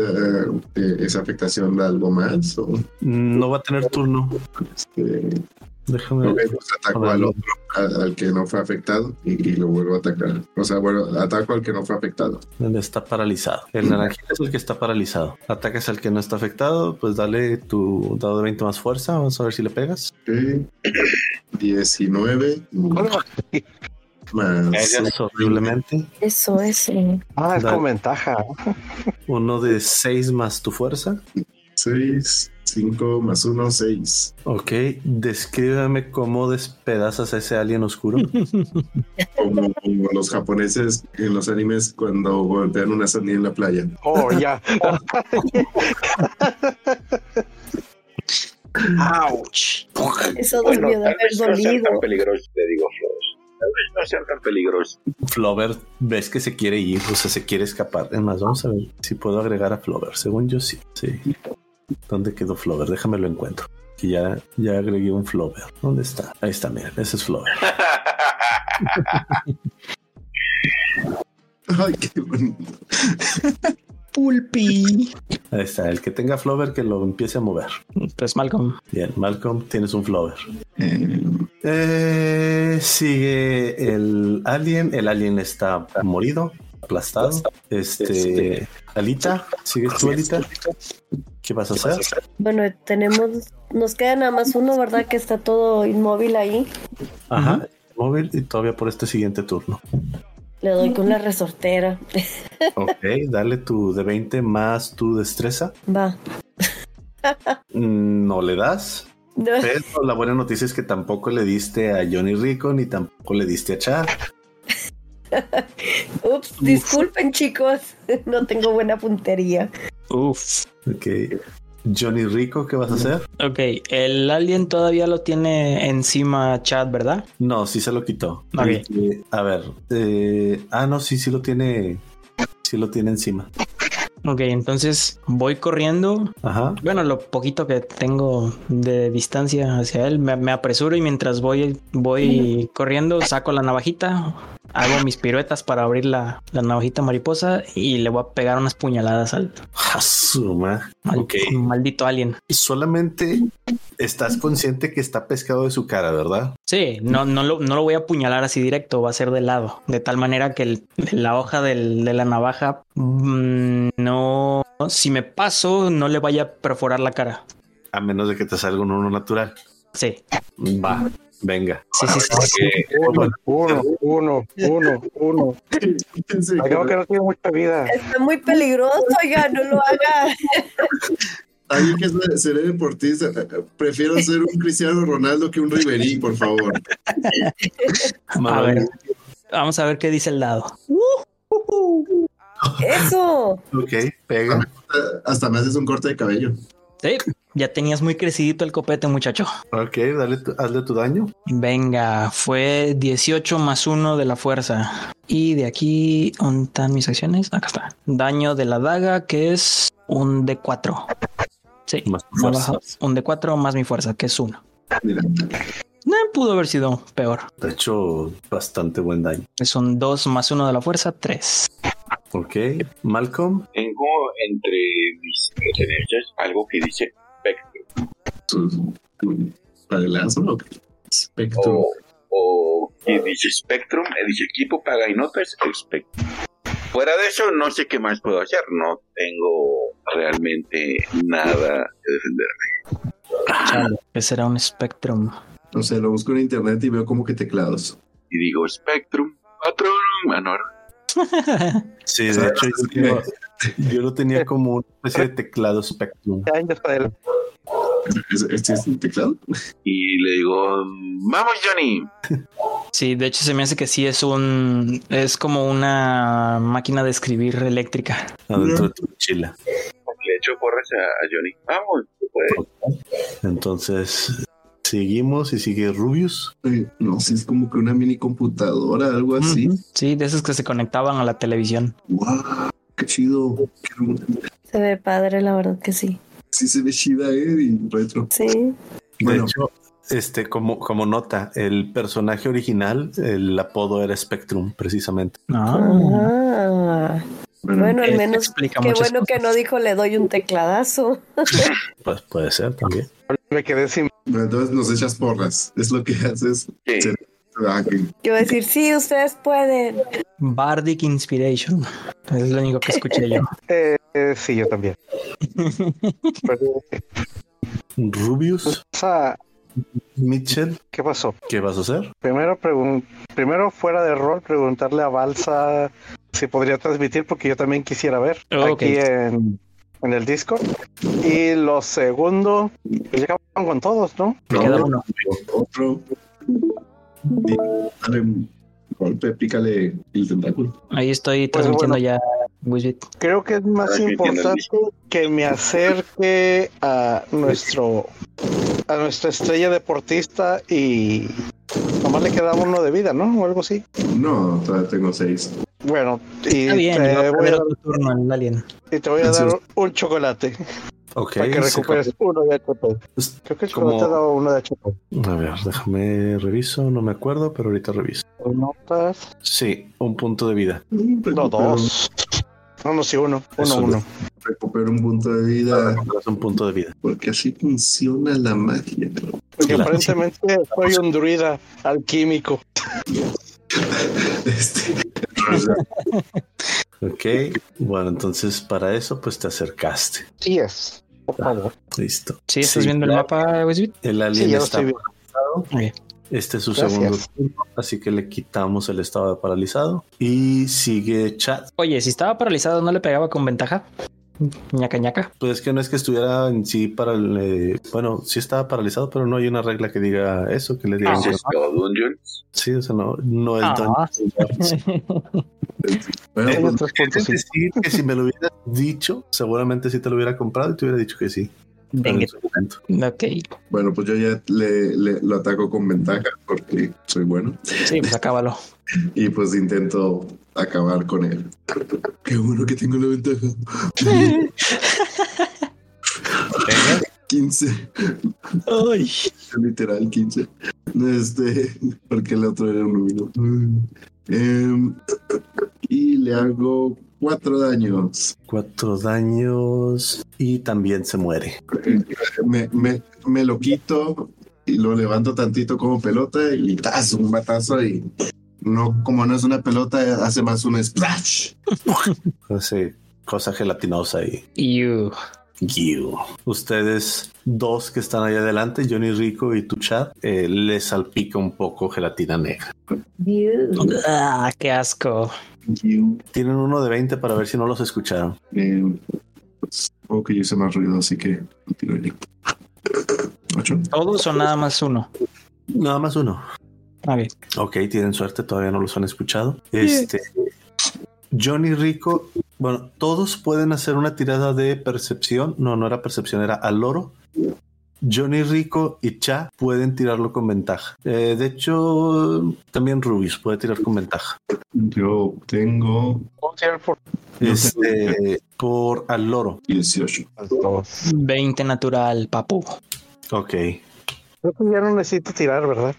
eh, ¿esa afectación da algo más? O, No va a tener turno. este, Déjame. ok, pues ataco Ahora al no. otro, al, al que no fue afectado, y, y lo vuelvo a atacar. O sea, bueno, ataco al que no fue afectado. Él está paralizado. El naranjito es el que está paralizado. Atacas al que no está afectado. Pues dale tu dado de 20 más fuerza. Vamos a ver si le pegas. Ok. 19 más Pegas horriblemente. Eso es. eh, Ah, es Dale. con ventaja. Uno de 6 más tu fuerza. 6, 5 más 1, 6. Ok. Descríbeme cómo despedazas a ese alien oscuro. Como, como los japoneses en los animes cuando golpean una sandía en la playa. Oh, ya. Ouch. Eso Bueno, debió de tal haber vez no sean dolido. tan peligrosos, te digo, Flores. Tal vez no sean tan peligrosos. Flover, ves que se quiere ir, o sea, se quiere escapar. Es más, vamos a ver si puedo agregar a Flover. Según yo, sí. sí. ¿Dónde quedó Flover? Déjame lo encuentro. Que ya, ya agregué un Flover. ¿Dónde está? Ahí está, miren. Ese es Flover. Ay, qué bonito. Pulpi. Ahí está. El que tenga Flover, que lo empiece a mover. Pues Malcolm. Bien, Malcolm, tienes un Flover. Eh, Eh, sigue el alien. El alien está morido, aplastado. Este. Alita, ¿sigues tú, Alita? ¿Qué vas a hacer? Bueno, tenemos. Nos queda nada más uno, ¿verdad? Que está todo inmóvil ahí. Ajá. Móvil y todavía por este siguiente turno. Le doy con la resortera. <laughs> Ok, dale tu de 20 más tu destreza. Va. Mm, No le das. No, Pero la buena noticia es que tampoco le diste a Johnny Rico ni tampoco le diste a Chad. <laughs> Ups, disculpen, chicos. <laughs> No tengo buena puntería. Uf. Ok. Johnny Rico, ¿qué vas a hacer? Ok, el alien todavía lo tiene encima Chad, ¿verdad? No, sí se lo quitó. Ok. Eh, a ver. eh, ah, no, sí, sí lo tiene. Sí lo tiene encima. Ok, entonces voy corriendo. Ajá. Bueno, lo poquito que tengo de distancia hacia él, me, me apresuro y mientras voy, voy corriendo, saco la navajita, hago mis piruetas para abrir la, la navajita mariposa y le voy a pegar unas puñaladas al, Asuma. al Ok. maldito alien. Solamente estás consciente que está pescado de su cara, ¿verdad? Sí, no, no, lo, no lo voy a apuñalar así directo, va a ser de lado, de tal manera que el- la hoja del- de la navaja mm, no, si me paso, no le vaya a perforar la cara. A menos de que te salga un uno natural. Sí, Va, venga. Eh, sí, sí, sí. sí. Uno, uno, uno, uno, uno. pensé que- Creo que no tiene mucha vida. Está muy peligroso, oiga, no lo haga. Alguien que se- seré deportista, eh, prefiero ser un Cristiano Ronaldo que un Riverí, por favor. A ver, vamos a ver qué dice el dado. Eso. Ok, pega. Hasta me haces un corte de cabello. Sí, ya tenías muy crecidito el copete, muchacho. Ok, dale tu- hazle tu daño. Venga, fue 18 más 1 de la fuerza. Y de aquí, ¿dónde están mis acciones? Acá está. Daño de la daga, que es un D4. Sí, Más me ha bajado fuerzas. un D4 más mi fuerza, que es 1. Mira, No pudo haber sido peor. Te ha hecho bastante buen daño. Es un 2 más 1 de la fuerza, 3. Ok, Malcolm. Tengo entre mis pertenencias algo que dice espectro tu, tu padelazo, ¿no? Espectro. o, o que dice Spectrum, eh, dice equipo paga y notas Spectrum. Fuera de eso, no sé qué más puedo hacer. No tengo realmente nada que defender. Que será un Spectrum. <laughs> No sé, lo busco en internet y veo como que teclados. Y digo Spectrum, patrón, menor. Sí, de hecho, yo, lo- yo lo tenía como una especie de teclado Spectrum. Ya, ya está él. ¿Es- ¿Este es un teclado? Y le digo, vamos, Johnny. Sí, de hecho se me hace que sí es un... Es como una máquina de escribir eléctrica. Adentro de tu mochila. Le echó porras a, a Johnny. Vamos, tú puedes. Entonces, seguimos y sigue Rubius. Eh, No sé, es como que una mini computadora, algo así. Ujú. Sí, de esos que se conectaban a la televisión. ¡Wow! ¡Qué chido! Qué hermoso. Se ve padre, la verdad que sí. Sí se ve chida, eh, y retro. Sí. De Bueno. hecho, este, como, como nota, el personaje original, el apodo era Spectrum, precisamente. Ah, Ah. Bueno, al Eso menos qué explica bueno muchas que cosas. no dijo le doy un tecladazo. Pues puede ser también. Me quedé sin. Pero entonces nos echas porras. Es lo que haces. Sí. Sí. Ah, que- Yo voy a decir, sí, ustedes pueden. Bardic Inspiration. Es lo único que escuché <laughs> yo. Eh, eh, sí, yo también. Pero, Rubius, o sea, Mitchell, ¿qué pasó? ¿qué vas a hacer? Primero, pregun- primero fuera de rol, preguntarle a Balsa si podría transmitir, porque yo también quisiera ver Ok. aquí en, en el Discord. Y lo segundo, pues ya acabaron con todos, ¿no? Me no, queda uno. Otro. Y dale un golpe, pícale el tentáculo. Ahí estoy Pues transmitiendo ya Wizbit. Creo que es más Ahora sí entiendo el importante que me acerque a nuestro a nuestra estrella deportista y nomás le queda uno de vida, ¿no? O algo así. No, todavía tengo seis. Bueno, y Está bien, le va te, a voy a perder dar, otro turno al alien. y te voy a dar un chocolate Ok. para que se- recuperes uno de HP. Pues, Creo que el como- chocolate ha dado uno de HP. A ver, déjame reviso, no me acuerdo, pero ahorita reviso. Notas. Sí, un punto de vida. No, dos. No, no, sí, uno. Uno, Eso, uno. Recupero un punto de Ah. vida. Es un punto de vida. Porque así funciona la magia. ¿no? Porque la- aparentemente soy un druida alquímico. Este, <laughs> Ok. Bueno, entonces para eso, pues te acercaste. Sí es. Por favor. Listo. Sí, estás viendo el claro. mapa, Wizbit. El Sí, alien ya lo está estoy viendo. Este es su Gracias. segundo turno, así que le quitamos el estado de paralizado. Y sigue Chad. Oye, si estaba paralizado, ¿no le pegaba con ventaja? Ñaca ñaca. Pues es que no es que estuviera en sí para el. eh, bueno, sí estaba paralizado, pero no hay una regla que diga eso, que le diga. Ese es todo, Dungeons. Sí, o sea, no, no es tan- Ah. bueno, Tengo <laughs> <laughs> pues, tres Es puntos. sí. decir, que si me lo hubieras dicho, seguramente sí te lo hubiera comprado y te hubiera dicho que sí. pero en Venga. su momento. Ok. bueno, pues yo ya le, le- lo ataco con ventaja porque soy bueno. Sí, pues acábalo. Y pues intento acabar con él. Qué bueno que tengo la <laughs> ventaja. 15, Ay. literal 15. Este, porque el otro era un humino. y le hago cuatro daños. Cuatro daños y también se muere. Me, me, me lo quito y lo levanto tantito como pelota y ¡tas! un batazo y no, como no es una pelota, hace más un splash. Hace cosa gelatinosa y You. Guido. Ustedes dos que están ahí adelante, Johnny Rico y tu chat, eh, les salpica un poco gelatina negra. Ah, qué asco. Tienen uno de 20 para ver si no los escucharon. Eh, pues, supongo que yo hice más ruido, así que lo tiro el ¿Ocho? ¿Todos o nada más uno? Ah, Nada más uno. A ver. Ok, tienen suerte, todavía no los han escuchado. Este. Johnny Rico, bueno, todos pueden hacer una tirada de percepción. No, no era percepción, era al oro. Johnny Rico y Cha pueden tirarlo con ventaja. Eh, de hecho, también Rubius puede tirar con ventaja. Yo tengo Vamos a ir por No sé. Este, por al loro. 18. las dos. 20 natural, papu. Ok. Creo que ya no necesito tirar, ¿verdad?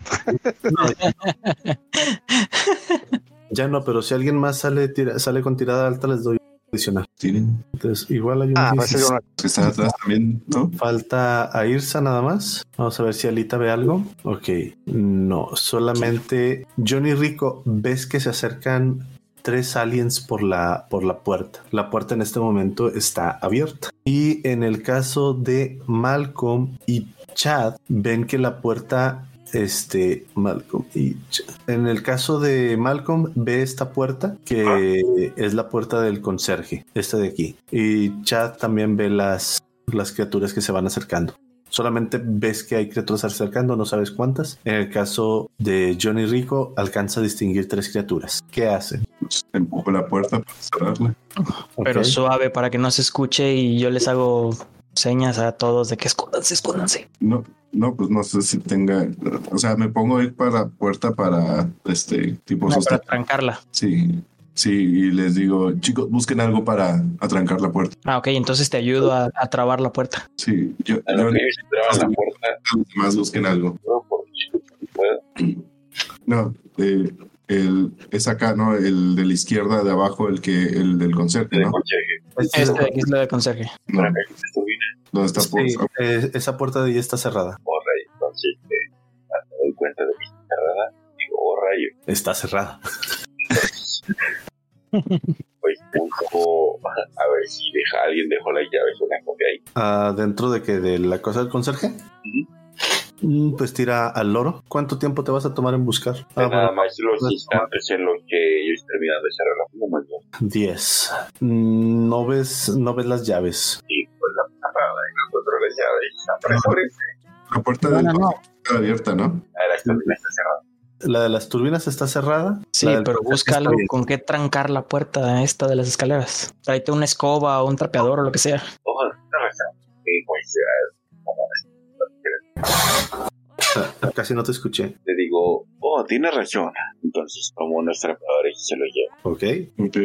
Ya no, pero si alguien más sale, tira- sale con tirada alta, les doy adicional. Tienen. Entonces, igual hay un Ah, va a 16. ser una. que están atrás también, ¿no? Falta a Irsa nada más. Vamos a ver si Alita ve algo. Ok. No, solamente Johnny Rico, ves que se acercan tres aliens por la, por la puerta. La puerta en este momento está abierta. Y en el caso de Malcolm y Chad, ven que la puerta... Este, Malcolm y Chad. En el caso de Malcolm, ve esta puerta que es la puerta del conserje, esta de aquí. Y Chad también ve las las criaturas que se van acercando. Solamente ves que hay criaturas acercando, no sabes cuántas. En el caso de Johnny Rico, alcanza a distinguir tres criaturas. ¿Qué hacen? Pues, Empujo la puerta para cerrarla. Pero Ok. suave para que no se escuche y yo les hago señas a todos de que escóndanse, escóndanse. No, no, pues no sé si tenga. O sea, me pongo a ir para la puerta para este tipo No, para sostener. trancarla. Sí, sí, y les digo, chicos, busquen algo para atrancar la puerta. Ah, ok, entonces te ayudo a, a trabar la puerta. Sí, yo, A lo yo- que ellos entraban a la puerta, los demás busquen algo. no, por No, eh, el, es acá, ¿no? El de la izquierda de abajo, el que, el del concepto, de ¿no? conserje. Este- Este de aquí es la de conserje. No, Para que se subieran no está por- Sí, eh, esa puerta de ahí está cerrada. oh rayo. Entonces, eh, me doy cuenta de que está cerrada. Digo, oh rayo. Está cerrada. <laughs> Pues busco <laughs> a ver si deja alguien dejó las llaves o las que ahí. Ah, ¿Dentro de que ¿De la cosa del conserje? Mm, Pues tira al loro. ¿Cuánto tiempo te vas a tomar en buscar? Ah, bueno, Nada más los Pues, instantes en los que ellos terminan de cerrar la puerta. ¿no? 10. Mm, No ves, no ves las llaves. Y pues la parada, encuentro las llaves. Apresure. la puerta del Bueno, no. está abierta, ¿no? Ahora esta también está cerrada. La de las turbinas está cerrada. Sí, La del pero conserje busca está algo abierta. con qué trancar la puerta esta de las escaleras. Tráete una escoba o un trapeador o lo que sea. Oh, no está. Y pues eh, Ah, <laughs> Casi no te escuché. le digo, oh, tiene razón. Entonces, como unos trapeadores se lo llevo. Ok. Ok,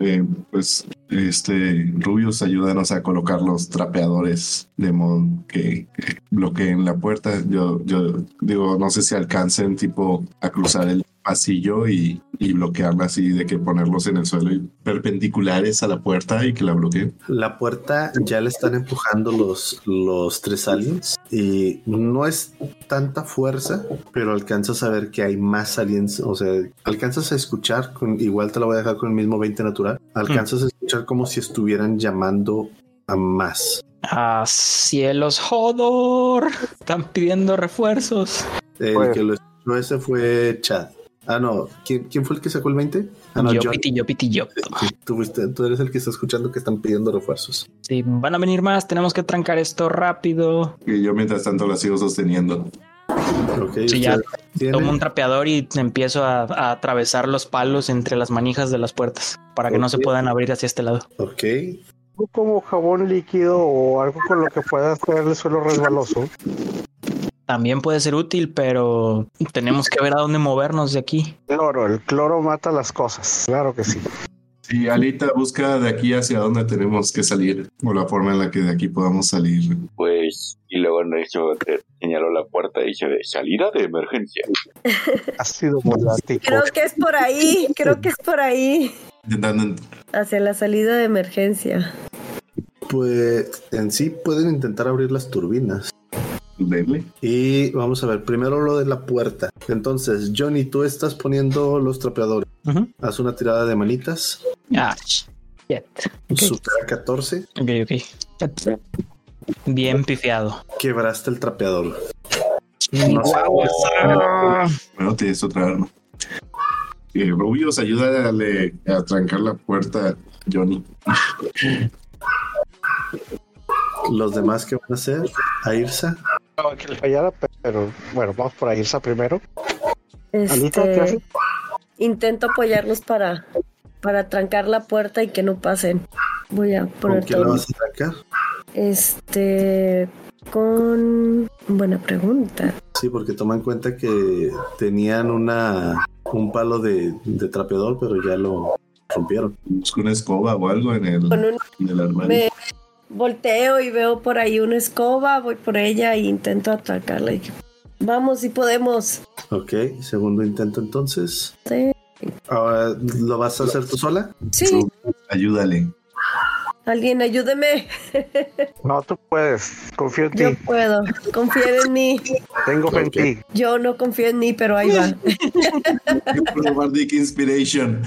eh, pues este, Rubius, ayúdanos a colocar los trapeadores de modo que eh, bloqueen la puerta. Yo, yo digo, no sé si alcancen tipo a cruzar el pasillo y, y bloquearla así, de que ponerlos en el suelo y perpendiculares a la puerta y que la bloqueen. La puerta ya la están empujando los, los tres aliens y no es tanta fuerza, pero alcanzas a ver que hay más aliens. O sea, alcanzas a escuchar, con, igual te la voy a dejar con el mismo 20 natural. Alcanzas a escuchar como si estuvieran llamando a más. ¡Ah, cielos, Jodor! Están pidiendo refuerzos. El Bueno. que lo escuchó ese fue Chad. Ah, no. ¿Quién, quién fue el que sacó el 20? Ah, no, yo John. piti, yo piti, yo. Tú, fuiste- tú eres el que está escuchando que están pidiendo refuerzos. Sí, van a venir más, tenemos que trancar esto rápido. Y yo mientras tanto la sigo sosteniendo. Ok, Sí, ya. ustedes tienen- Tomo un trapeador y empiezo a, a atravesar los palos entre las manijas de las puertas para que no se Ok. puedan abrir hacia este lado. Ok. Algo como jabón líquido o algo con lo que pueda hacer el suelo resbaloso. También puede ser útil, pero tenemos que ver a dónde movernos de aquí. Cloro, el cloro mata las cosas, claro que sí. Sí, Alita, busca de aquí hacia dónde tenemos que salir o la forma en la que de aquí podamos salir. Pues, y luego en eso te señaló la puerta y dice, salida de emergencia. Ácido volático. Creo que es por ahí, creo que es por ahí. Intentando Hacia la salida de emergencia. Pues en sí pueden intentar abrir las turbinas. entenderle. Y vamos a ver, primero lo de la puerta. Entonces, Johnny, tú estás poniendo los trapeadores. Ujú. Haz una tirada de manitas. Ah, shit. Ok. Supera 14. Ok, ok. Bien pifiado. Quebraste el trapeador. Bueno, tienes otra arma. Eh, Rubius, ayúdale a trancar la puerta, Johnny. Los demás, ¿qué van a hacer? A Irsa. Pensaba que le fallara, pero bueno, vamos por ahí, Irsa primero. Alita, ¿qué haces? Este, intento apoyarlos para, para trancar la puerta y que no pasen. Voy a ¿Con poner quién la todo. vas a trancar? Este, con... Buena pregunta. Sí, porque toma en cuenta que tenían una un palo de, de trapeador, pero ya lo rompieron. Busca una escoba o algo en el, Con un en el armario. me volteo y veo por ahí una escoba, voy por ella e intento atacarla. Y- Vamos, si podemos. Ok, segundo intento entonces. Sí. Ahora, ¿lo vas a hacer tú sola? Sí, Ayúdale. alguien ayúdeme. No, tú puedes. Confío en ti. Yo puedo. Confíen en mí. Tengo fe en Ok. ti. Yo no confío en mí, pero ahí va. Bardic Inspiration.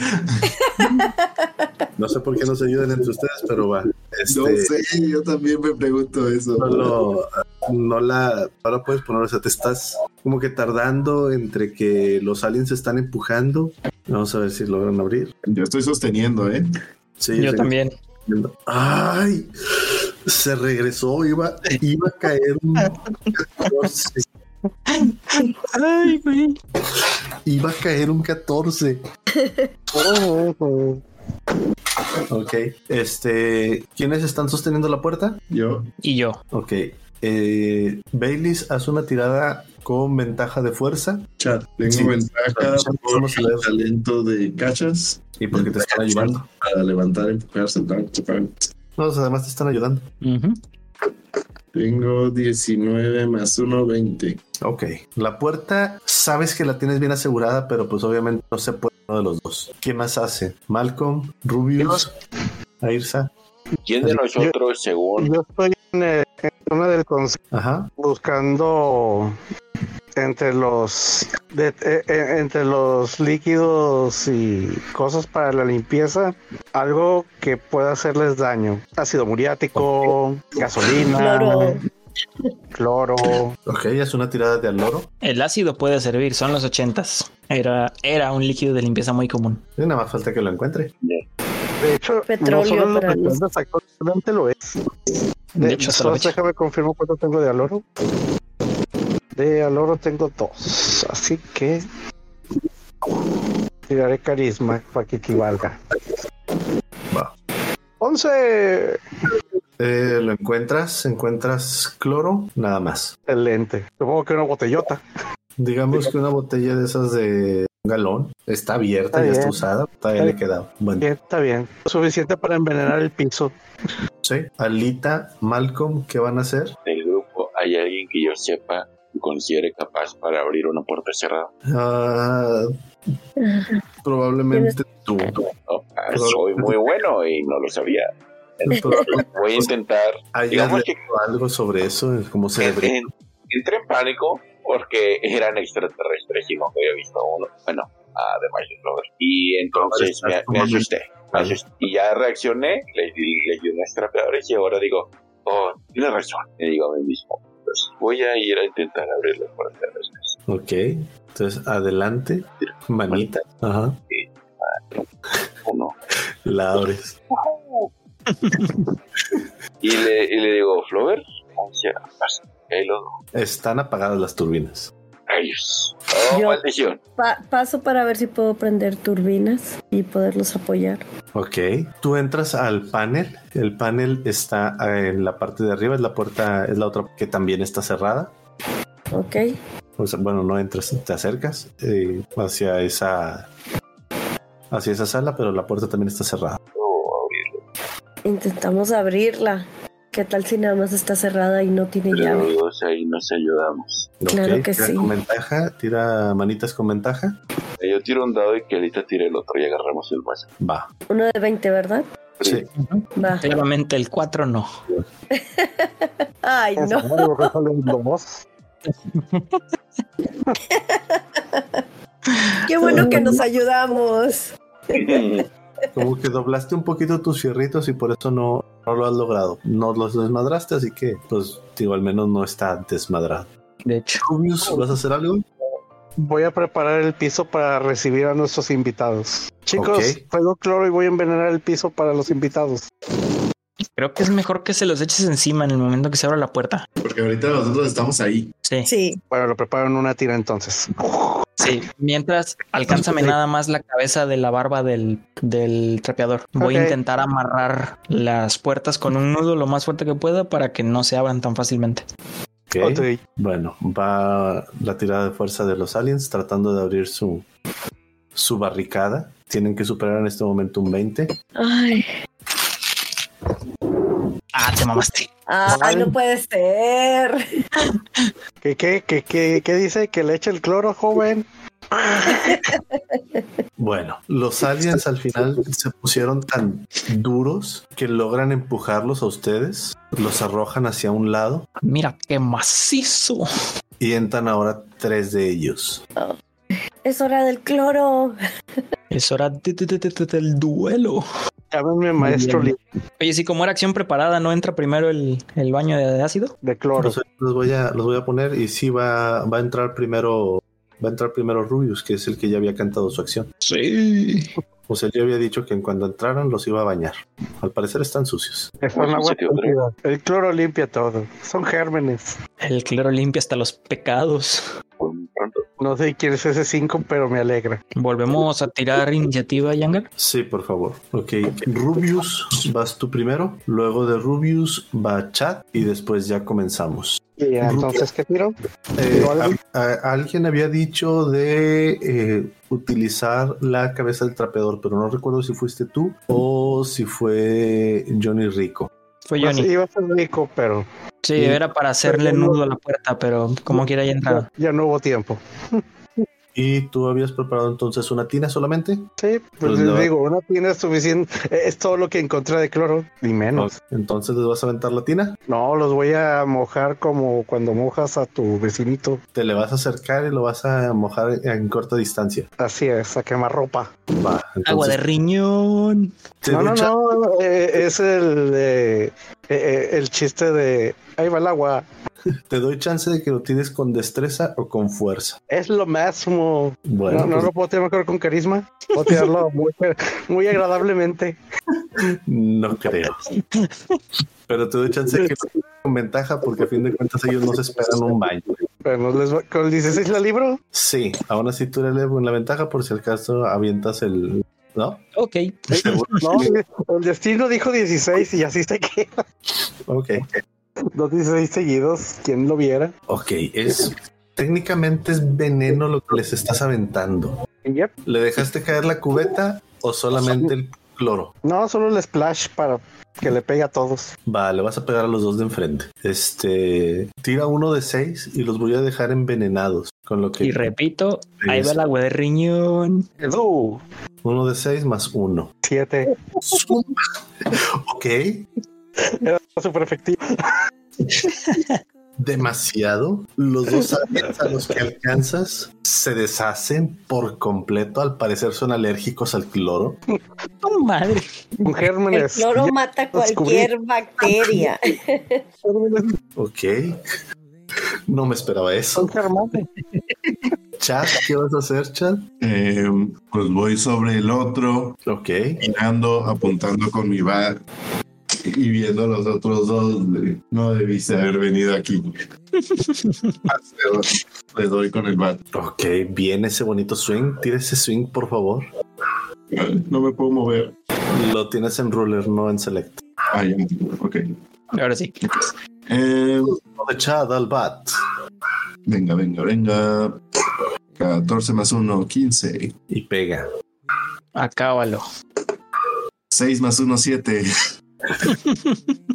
No sé por qué no se ayudan entre ustedes, pero va. Este, No sé, yo también me pregunto eso. no, lo- no la, no la puedes poner, o sea, te estás como que tardando entre que los aliens se están empujando. Vamos a ver si logran abrir. Yo estoy sosteniendo, ¿eh? Sí, Yo sí. también. ¡Ay! se regresó, iba, iba a caer un 14, Ay, güey. iba a caer un 14. Ok, este, ¿quiénes están sosteniendo la puerta? Yo, Y yo. Ok, eh, Baileys, haz una tirada con ventaja de fuerza chat, tengo Sí. ventaja Chat, por somos el aliados. talento de cachas y porque te están ayudando. para levantar, empujar, sentar, tocar. No, o sea, además te están ayudando. Ujú. Tengo 19 más 1, 20. Ok, la puerta sabes que la tienes bien asegurada, pero pues obviamente no se puede uno de los dos. ¿Quién más hace? Malcolm, Rubius, Airsa. ¿Quién de nosotros, según Yo estoy en, eh, en zona del consejo Ajá. buscando entre los de- eh, eh, entre los líquidos y cosas para la limpieza algo que pueda hacerles daño. Ácido muriático, gasolina, Cloro. cloro. Ok, es una tirada de al loro. El ácido puede servir, son los ochentas. Era, era un líquido de limpieza muy común. Y nada más falta que lo encuentre. De hecho, Petróleo no solo lo para los- presentas actualmente lo es. De hecho, hasta la solo fecha. déjame confirmo cuánto tengo de aloro. De aloro tengo dos, así que tiraré carisma para que equivalga. Va. Once, Eh, lo encuentras, encuentras cloro, nada más. excelente. Supongo que una botellota. Digamos que una botella de esas de un galón está abierta, Está ya está bien. usada, todavía Está le queda. Bueno, Bien, está bien. Suficiente para envenenar el piso. sí. Alita, Malcolm, ¿qué van a hacer? del grupo hay alguien que yo sepa y considere capaz para abrir una puerta cerrada? Ah, probablemente tú. No, ah, soy muy bueno y no lo sabía. <laughs> Voy a intentar, Hayas digamos que Eh, algo sobre eso, cómo se en- debería en- entré en pánico porque <laughs> eran extraterrestres y no había visto uno. Bueno, además de todo. Y entonces me, me asusté, me asusté. Y ya reaccioné, le di le di unos trapeadores y ahora digo, oh, tienes razón. Y digo a mí mismo, pues, voy a ir a intentar abrir la puerta de los Ok, entonces adelante, manita, ajá, uno. la abres. Y le, y le digo, Flover, once, más, ahí lo dejo. Están apagadas las turbinas. Rayos. Oh, Yo- maldición. Pa- paso para ver si puedo prender turbinas y poderlos apoyar. Ok, tú entras al panel, el panel está eh, en la parte de arriba, es la puerta, es la otra que también está cerrada. Ok. O sea, bueno, no entras, te acercas eh, hacia esa hacia esa sala, pero la puerta también está cerrada. Oh, abrirlo. Intentamos abrirla. ¿Qué tal si nada más está cerrada y no tiene Pero llave? los dos ahí nos ayudamos. Ok, Claro que tira sí. Con ventaja, tira manitas con ventaja. Eh, Yo tiro un dado y que ahorita tire el otro y agarramos el más. Va. Uno de 20, ¿verdad? <laughs> Sí. Va. Claramente el 4 no. Ay, no. Algo que salen dos. Qué bueno que nos ayudamos. Pues, Como que doblaste un poquito tus fierritos y por eso no, no lo has logrado. No los desmadraste, así que, pues, digo, al menos no está desmadrado. De hecho, Rubius, ¿vas a hacer algo? Voy a preparar el piso para recibir a nuestros invitados. Chicos, Ok. traigo cloro y voy a envenenar el piso para los invitados. creo que es mejor que se los eches encima en el momento que se abra la puerta. Porque ahorita nosotros estamos ahí. Sí, sí. Sí. Bueno, lo preparo en una tira entonces. Mientras, alcánzame nada más la cabeza de la barba del, del trapeador. Voy Ok. a intentar amarrar las puertas con un nudo lo más fuerte que pueda para que no se abran tan fácilmente. Ok. <laughs> Ok. Bueno, va la tirada de fuerza de los aliens tratando de abrir su, su barricada. Tienen que superar en este momento un 20. Ay. Ah, te mamaste. Ay, no puede ser. ¿Qué, qué, qué, qué, qué dice? ¿Que le eche el cloro, joven? Bueno, los aliens al final se pusieron tan duros que logran empujarlos a ustedes, los arrojan hacia un lado Mira qué macizo. y entran ahora tres de ellos. Es hora del cloro. Es hora de- de- de- de- del duelo. Llámenme maestro bien. li- Oye, si como era acción preparada, ¿no entra primero el, el baño de, de ácido? de cloro. Los, los voy a, los voy a poner y sí va, va a entrar primero. Va a entrar primero Rubius, que es el que ya había cantado su acción. Sí. O sea, yo había dicho que en cuando entraran los iba a bañar. Al parecer están sucios. Es un agua Sucio, Andrea. cantidad. El cloro limpia todo. Son gérmenes. El clero limpia hasta los pecados. Por lo pronto. No sé quién es ese 5, pero me alegra. Volvemos a tirar iniciativa, Yangar. Sí, por favor. Ok. Rubius, vas tú primero. Luego de Rubius va Chat y después ya comenzamos. Y ya, entonces, ¿qué tiro? Eh, a- a- alguien había dicho de eh, utilizar la cabeza del trapeador, pero no recuerdo si fuiste tú o si fue Johnny Rico. Ah, Fue Johnny. Iba a ser rico, pero Sí, era para hacerle nudo a la puerta, pero como quiera ya entraba. ya, ya no hubo tiempo. ¿Y tú habías preparado entonces una tina solamente? Sí, pues Pues les no. digo, una tina es suficiente. Es todo lo que encontré de cloro, ni menos. Entonces les vas a aventar la tina. No, los voy a mojar como cuando mojas a tu vecinito. Te le vas a acercar y lo vas a mojar en corta distancia. Así es, a quemar ropa. Va. Agua de entonces, riñón. te no, no, ducha- no, eh, es el, eh, eh, eh, el chiste de ahí va el agua. Te doy chance de que lo tires con destreza o con fuerza. Es lo mismo. Bueno, no, no pues, lo puedo tirar mejor con carisma. Puedo <laughs> tirarlo muy, muy agradablemente. no <laughs> creo. Pero te doy chance de que lo tires con ventaja porque a fin de cuentas ellos no se esperan un baño. Pero no les va- con el 16 la libro. Sí, aún así tú le das la ventaja por si al caso avientas el... ¿No? Ok. No, el destino dijo 16 y así se que <laughs> Ok. Los 16 seguidos, quien lo viera. Ok, es... Técnicamente es veneno lo que les estás aventando. Yep. ¿Le dejaste caer la cubeta o solamente el cloro? No, solo el splash para que le pegue a todos. Va, le vas a pegar a los dos de enfrente. Este, tira uno de seis y los voy a dejar envenenados. Con lo que Y repito, ahí va el agua de riñón. Edu, uno de seis más <laughs> uno. 7. Ok, Super efectivo. demasiado. Los dos aliens a los que alcanzas se deshacen por completo. Al parecer son alérgicos al cloro. ¡Oh, madre! Un El gérmenes. cloro mata descubrí. cualquier bacteria. Ok, no me esperaba eso. Son germanes. Chat, ¿qué vas a hacer, chat? Eh, pues voy sobre el otro, Ok, mirando, apuntando con mi bar y viendo a los otros dos. de, No debiste haber venido aquí. Les doy con el bat. ok, bien ese bonito swing. Tira ese swing, por favor. No me puedo mover. Lo tienes en ruler, no en select. Ah, ya. Ok. Ahora sí. Eh, No de chat al bat. venga, venga, venga. 14 más 1, 15. Y pega. Acábalo. 6 más 1, 7.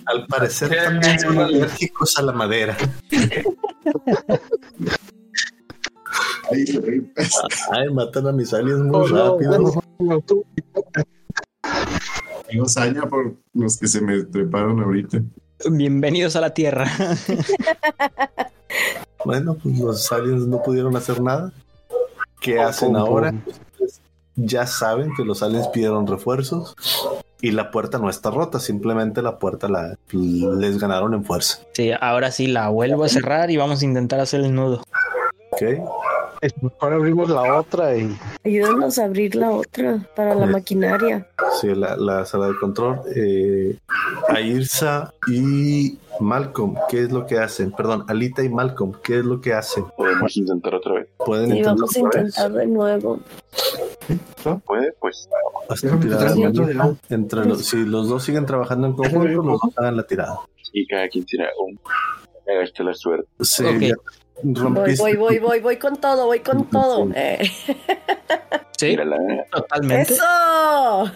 Al parecer también son alérgicos a la madera. Ay, matan a mis aliens Oh, muy rápido. Tengo saña por los que se me treparon ahorita. Bienvenidos a la tierra. Bueno, pues los aliens no pudieron hacer nada. ¿Qué hacen ahora? Pues, Ya saben que los aliens pidieron refuerzos y la puerta no está rota, simplemente la puerta la, les ganaron en fuerza. Sí, ahora sí la vuelvo a cerrar y vamos a intentar hacer el nudo. ¿Ok? Ahora abrimos la otra y Ayúdanos a abrir la otra para la Sí. maquinaria. Sí, la, la sala de control. Eh, Airsa y Malcolm, ¿qué es lo que hacen? Perdón, Alita y Malcolm, ¿qué es lo que hacen? Podemos intentar otra vez. Pueden Y intentar vamos a intentar de nuevo. ¿No? ¿Puede? Pues Hasta tirada Déjame mañana. tratar de- Entre los, si los dos siguen trabajando en conjunto, los dos hagan la tirada. y cada quien tira un. Hagaste la suerte. Sí, Ok. ya Voy, rompiste. voy, voy, voy, voy con todo, voy con todo. Eh, Sí, Mírala, ¿eh? totalmente. ¡Eso!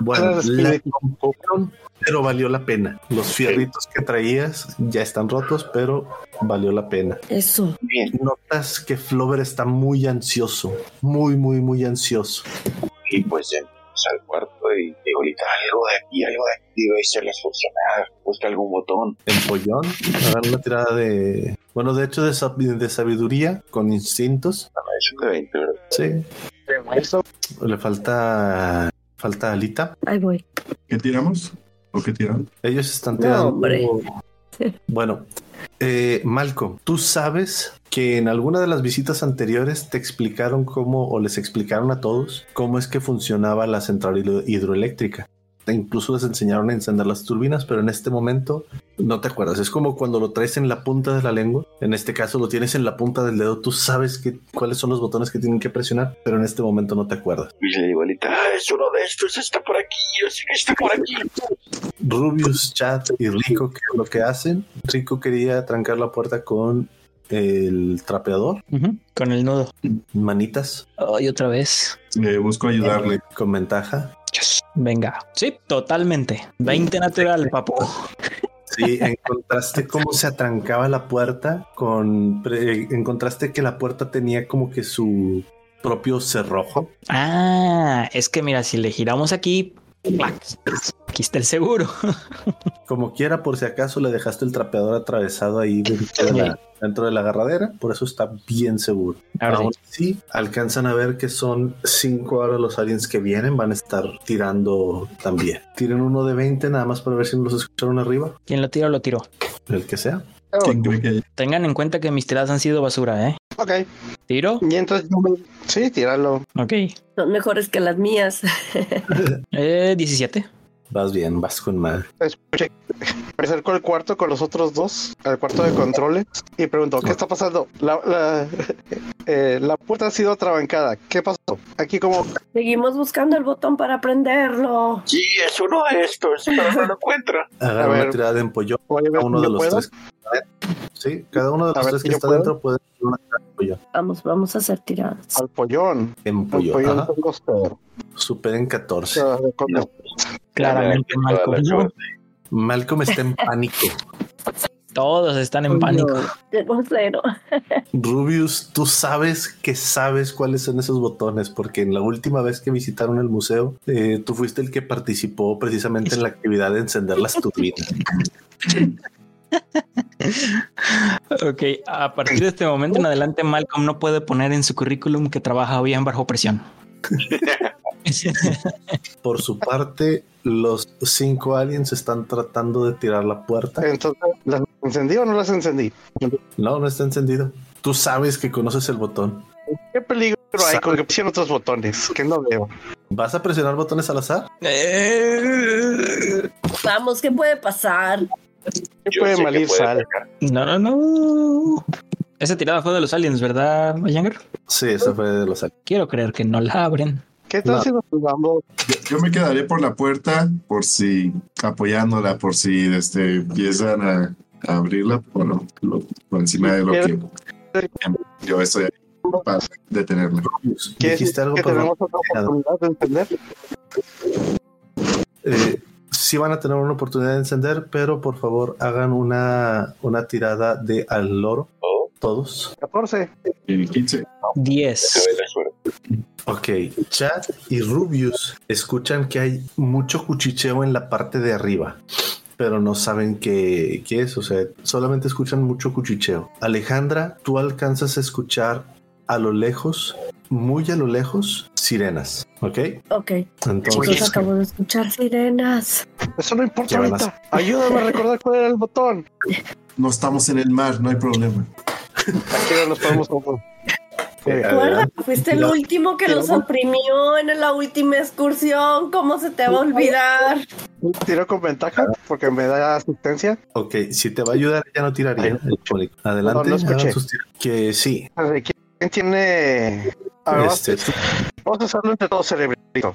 Bueno, Tras- la compraron, pero valió la pena. Los fierritos que traías ya están rotos, pero valió la pena. Eso. Bien. Notas que Flover está muy ansioso, muy, muy, muy ansioso. Y pues entras al cuarto y digo, ahorita algo de aquí, algo de aquí. Digo, y se les funcionaba. Busca algún botón. El pollón, hagan una tirada de. Bueno, de hecho, de, sab- de sabiduría con instintos. No, es un de 20, ¿verdad? Sí, eso le falta. Falta alita. Ahí voy. ¿Qué tiramos? ¿O qué tiran? Ellos están No, tirando. hombre. Bueno, Eh, Malcolm, tú sabes que en alguna de las visitas anteriores te explicaron cómo, o les explicaron a todos, cómo es que funcionaba la central hidro- hidroeléctrica. E incluso les enseñaron a encender las turbinas, pero en este momento no te acuerdas. Es como cuando lo traes en la punta de la lengua. En este caso lo tienes en la punta del dedo. Tú sabes que, cuáles son los botones que tienen que presionar, pero en este momento no te acuerdas. Y le digo, Alita, "Ah, es uno de estos, está por aquí, yo sé que está por aquí. Rubius, Chad y Rico, ¿qué es lo que hacen? Rico quería trancar la puerta con el trapeador, Ujú, Con el nudo. manitas, Ay, otra vez. Eh, busco ayudarle. con ventaja. Yes. Venga. Sí, totalmente. 20 natural, papu. Sí, encontraste cómo se atrancaba la puerta con pre- encontraste que la puerta tenía como que su propio cerrojo. Ah, es que mira, si le giramos aquí, ¡plac! aquí está el seguro. Como quiera, por si acaso le dejaste el trapeador atravesado ahí dentro de la, dentro de la agarradera, por eso está bien seguro. Ahora sí. Aún así, alcanzan a ver que son cinco ahora los aliens que vienen, van a estar tirando también. Tienen uno de 20 nada más para ver si nos escucharon arriba, Quien lo tiro, lo tiro. el que sea. ¿Quién cree que Tengan en cuenta que mis tiradas han sido basura, ¿eh? Ok, Tiro. y entonces yo me- Sí, tíralo. Ok. Son mejores que las mías. Eh, 17. Vas bien, vas con madre. Escuché. Me acerco al cuarto con los otros dos, al cuarto de controles, y pregunto, ¿qué está pasando? La, la, <laughs> eh, la puerta ha sido atrabancada. ¿Qué pasó? Aquí como... Seguimos buscando el botón para prenderlo. Sí, es uno de estos, pero no lo encuentra. Agarra A una ver. tirada de empollón. Oye, cada uno de ¿yo los puedo? tres. Sí, cada uno de A los ver tres si que yo está puedo. dentro puede hacer una Vamos, vamos a hacer tiradas. Al pollón. en Al pollo. pollón Ajá. tengo cero. Superen 14. Cero de con- Claramente, Malcolm. ¿no? Malcolm está <laughs> en pánico. Todos están en pánico. Tengo cero. Rubius, tú sabes que sabes cuáles son esos botones, porque en la última vez que visitaron el museo, eh, tú fuiste el que participó precisamente en la actividad de encender las turbinas. Ok, a partir de este momento en adelante, Malcolm no puede poner en su currículum que trabaja bien bajo presión. Por su parte, los cinco aliens están tratando de tirar la puerta. Entonces, ¿las encendí o no las encendí? No, no está encendido. Tú sabes que conoces el botón. ¿Qué peligro hay con que pusieron otros botones? Que no veo. ¿Vas a presionar botones al azar? <laughs> Eh, Vamos, ¿qué puede pasar? ¿Qué Yo puede sé malir que puede sal? No, no, no. Esa tirada fue de los aliens, ¿verdad, Mayanger? Sí, esa fue de los aliens. Quiero creer que no la abren. ¿Qué pues, tal No. si nos vamos? Yo me quedaré por la puerta por si apoyándola, por si este, empiezan a, a abrirla por, lo- lo- por encima de lo que yo estoy ahí para detenerla. ¿Qué Dijiste algo, que pero tenemos otra oportunidad de encender? eh, sí van a tener una oportunidad de encender, pero por favor hagan una, una tirada de al loro, Oh, todos. 14. El 15. 10. se ve la suerte. Ok, Chad y Rubius escuchan que hay mucho cuchicheo en la parte de arriba. Pero no saben qué, qué es, o sea, solamente escuchan mucho cuchicheo. Alejandra, tú alcanzas a escuchar a lo lejos, muy a lo lejos, sirenas, ¿ok? Ok, Entonces, pues acabo de escuchar sirenas. Eso no importa Ya verás. ahorita. Ayúdame a recordar cuál era el botón. No estamos en el mar, no hay problema. Aquí no nos podemos confundir. Eh, Recuerda, fuiste el No. último que los oprimió en la última excursión. ¿Cómo se te va a olvidar? Tiro con ventaja porque me da asistencia. ok, si te va a ayudar, ya no tiraría. Ay, Adelante, No, no escuché. hagan sus tiras. que sí, A ver, ¿Quién tiene.? A ver, Este, Vamos a hacerlo entre todos, cerebrito.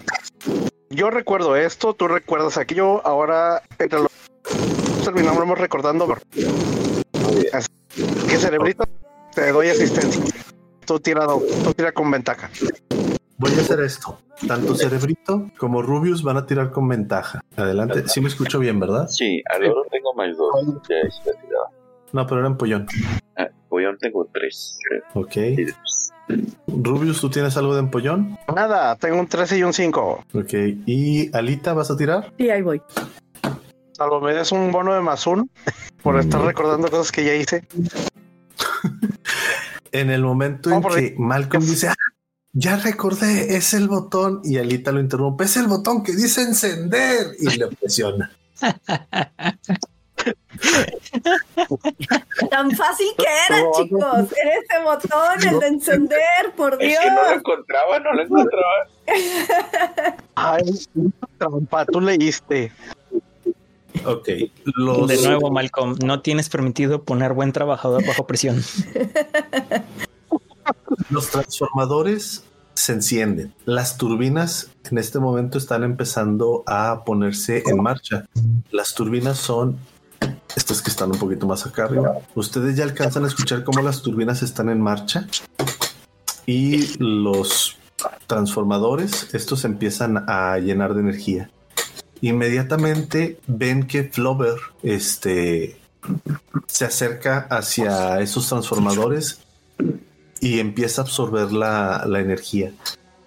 Yo recuerdo esto, tú recuerdas aquello. Ahora, entre los. Terminamos recordando. Así que, cerebrito, te doy asistencia. Tú tirado, tú tira con ventaja. voy a hacer esto. Tanto Cerebrito como Rubius van a tirar con ventaja. Adelante. Sí me escucho bien, ¿verdad? Sí, al oro tengo más dos. Ya es la tirada. No, pero era en pollón. Ah, pues yo tengo tres. creo. Ok. Sí, Rubius, ¿tú tienes algo de empollón? Nada, tengo un 13 y un 5. Ok. ¿Y Alita vas a tirar? Sí, ahí voy. Salvo me des un bono de más uno por estar recordando cosas que ya hice. En el momento en Hombre. que Malcolm dice, "Ah, ya recordé, es el botón. Y Alita lo interrumpe, es el botón que dice encender. Y le presiona. La era, chicos? Era ese botón, el de encender, por Es Dios. que no lo encontraba, no lo encontraba. Ay, trampa, tú leíste. Ok. Los, De nuevo, Malcolm, no tienes permitido poner buen trabajador bajo presión. los transformadores se encienden. Las turbinas en este momento están empezando a ponerse en marcha. Las turbinas son estas que están un poquito más acá arriba. Ustedes ya alcanzan a escuchar cómo las turbinas están en marcha y los transformadores, estos empiezan a llenar de energía. Inmediatamente ven que Flover este, se acerca hacia esos transformadores y empieza a absorber la, la energía.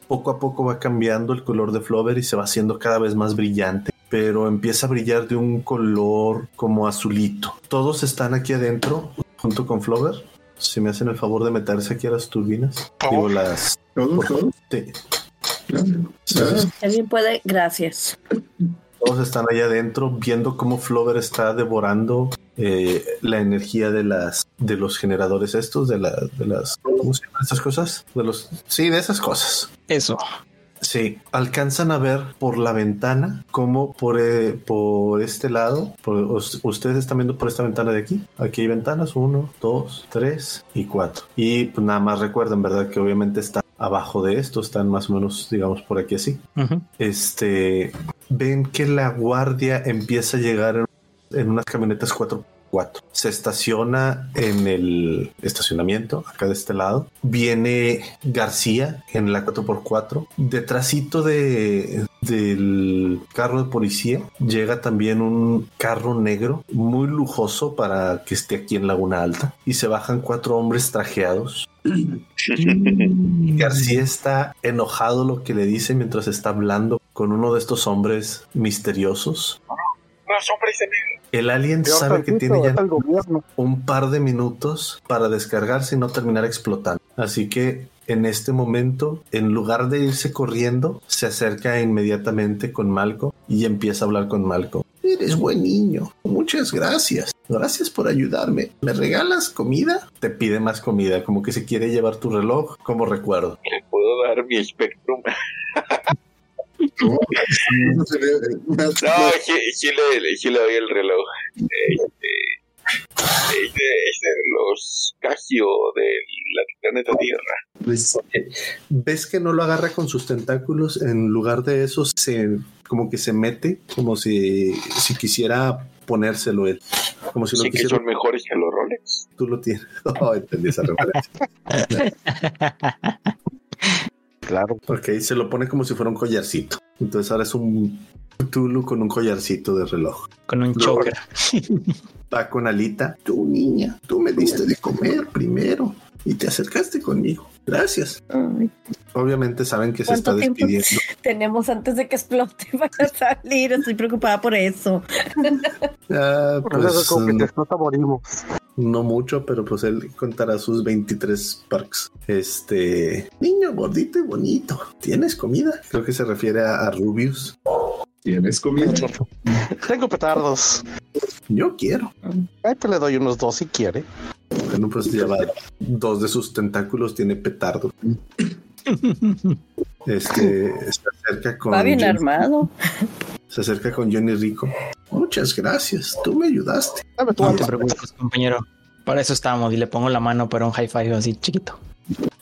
Poco a poco va cambiando el color de Flover y se va haciendo cada vez más brillante, pero empieza a brillar de un color como azulito. Todos están aquí adentro junto con Flover. Si me hacen el favor de meterse aquí a las turbinas, digo las. Todos, todos. Ah, sí, ¿sabes? También puede, gracias. Todos están allá adentro viendo cómo Flover está devorando eh, la energía de las de los generadores estos, de, la- de las ¿cómo se llaman estas cosas? De los sí, de esas cosas. Eso. Sí, alcanzan a ver por la ventana como por, eh, por este lado. por- us- ustedes están viendo por esta ventana de aquí. Aquí hay ventanas, uno, dos, tres y cuatro. Y pues nada más recuerden, ¿verdad? Que obviamente están abajo de esto, están más o menos, digamos, por aquí así. Ujú. Este, ven que la guardia empieza a llegar en, en unas camionetas 4x4. Se estaciona en el estacionamiento, acá de este lado. Viene García en la 4x4. Detrásito de, del carro de policía llega también un carro negro muy lujoso para que esté aquí en Laguna Alta. Y se bajan cuatro hombres trajeados. García está enojado lo que le dice mientras está hablando con uno de estos hombres misteriosos. Los hombres de negro. El alien Peor sabe que tantito, tiene ya es el gobierno. un par de minutos para descargarse y no terminar explotando. Así que en este momento, en lugar de irse corriendo, se acerca inmediatamente con Malco y empieza a hablar con Malco. Eres buen niño. Muchas gracias. Gracias por ayudarme. ¿Me regalas comida? Te pide más comida, como que se quiere llevar tu reloj como recuerdo. Le puedo dar mi Spectrum. <laughs> ¿Cómo? No se ve, eh, más- No, más- sí, sí le, sí le doy el reloj. Este, es, de, es de los Casio de la planeta Tierra. pues, ves que no lo agarra con sus tentáculos, en lugar de eso se como que se mete como si, si quisiera ponérselo él, como si lo Sí que quisiera son mejores que los Rolex. tú lo tienes. <laughs> Oh, entendí esa referencia. Claro. Ok, se lo pone como si fuera un collarcito. Entonces ahora es un Tulu con un collarcito de reloj. Con un choker. Va con Alita. Tú, niña, tú me diste de comer primero y te acercaste conmigo. Gracias. Ay, Obviamente saben que se ¿Cuánto está tiempo? despidiendo. tenemos antes de que explote <laughs> para salir. Estoy preocupada por eso. Ah, Por eso es pues, como que mm, te explota, morimos. No mucho, pero pues él contará sus 23 parks. Este niño gordito y bonito, ¿tienes comida? Creo que se refiere a, a Rubius. ¿Tienes comida? Tengo petardos. Yo quiero. Ahí te le doy unos dos si quiere. Bueno, pues lleva dos de sus tentáculos, tiene petardo. <laughs> Este se acerca con Va bien Johnny- armado. se acerca con Johnny Rico. Muchas gracias, tú me ayudaste. Dame tu No arma. te <laughs> preocupes, compañero. Para eso estamos y le pongo la mano para un high five así chiquito.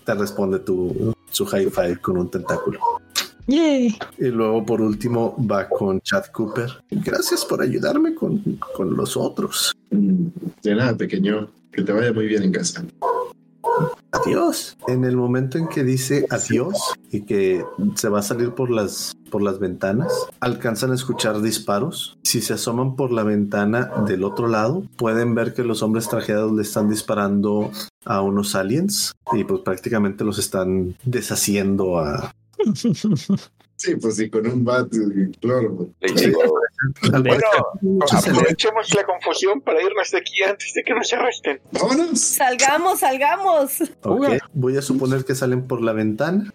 Te responde tu su high five con un tentáculo. Yay. Y luego por último va con Chad Cooper. Gracias por ayudarme con, con los otros. Mm, De nada, pequeño. Que te vaya muy bien en casa. adiós. En el momento en que dice adiós y que se va a salir por las por las ventanas, alcanzan a escuchar disparos. Si se asoman por la ventana del otro lado, pueden ver que los hombres trajeados le están disparando a unos aliens y pues prácticamente los están deshaciendo a Sí, pues sí, con un bat y cloro. Le digo, al bueno, parecer, Este, aprovechemos la confusión para irnos de aquí antes de que nos arresten. ¡Vámonos! Salgamos, salgamos. Ok, Voy a suponer que salen por la ventana.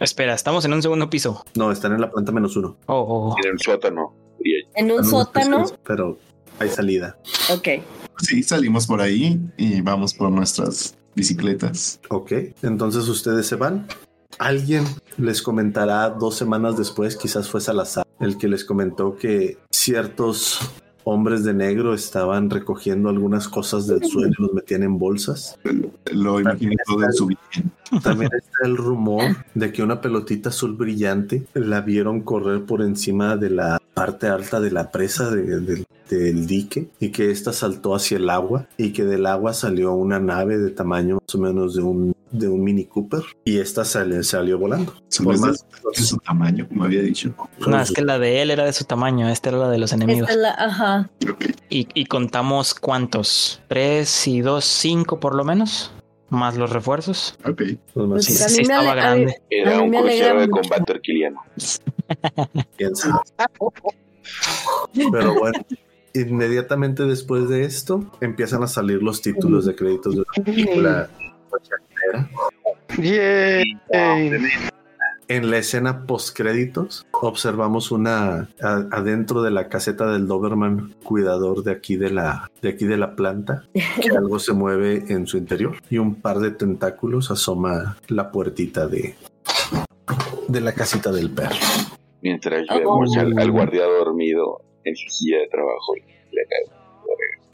Espera, estamos en un segundo piso. No, están en la planta menos uno. Oh, oh, oh. pues, En el sótano. Y En un sótano. Pero hay salida. Ok. Sí, salimos por ahí y vamos por nuestras bicicletas. Ok, entonces ustedes se van. Alguien les comentará dos semanas después, quizás fue Salazar, el que les comentó que ciertos hombres de negro estaban recogiendo algunas cosas del suelo y los metían en bolsas. Lo imaginé todo en su bien. También está el rumor de que una pelotita azul brillante la vieron correr por encima de la parte alta de la presa de- de- del dique y que ésta saltó hacia el agua y que del agua salió una nave de tamaño más o menos de un, de un mini Cooper y esta sale- salió volando. Son Por esas más- de su tamaño, como había dicho. No, es que la de él era de su tamaño, esta era la de los enemigos. Esta es la, ajá. Ok. Y, y contamos cuántos, tres y dos, cinco por lo menos, más los refuerzos. Ok. Los más- Pues Sí, a mí sí me estaba ale- a mí- grande. A Era mí un me crucero alegra de mucho. combate arquiliano. quién sabe. Pero bueno, inmediatamente después de esto empiezan a salir los títulos de créditos de la película. Yay. En la escena post créditos observamos una a- adentro de la caseta del Doberman cuidador de aquí de la de aquí de la planta que algo se mueve en su interior y un par de tentáculos asoma la puertita de de la casita del perro. Mientras vemos al, al guardia dormido en su silla de trabajo. Le cae.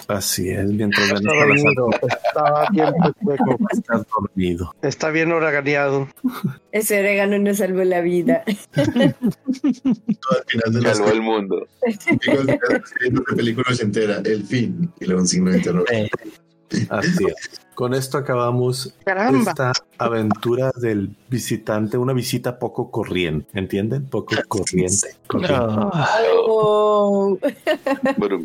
Así es, mientras ganas Está a las dormido. Está bien pecueco. alturas, estás dormido. Está bien oraganeado. Ese orégano nos salvó la vida. Al final de las Salvó <laughs> el mundo. películas <laughs> de película entera, el fin, y luego un signo de <laughs> interrogación. Eh, Así es. Con esto acabamos Caramba. esta aventura del visitante, una visita poco corriente, ¿entienden? Poco corriente. corriente. pero- Oh. Brum.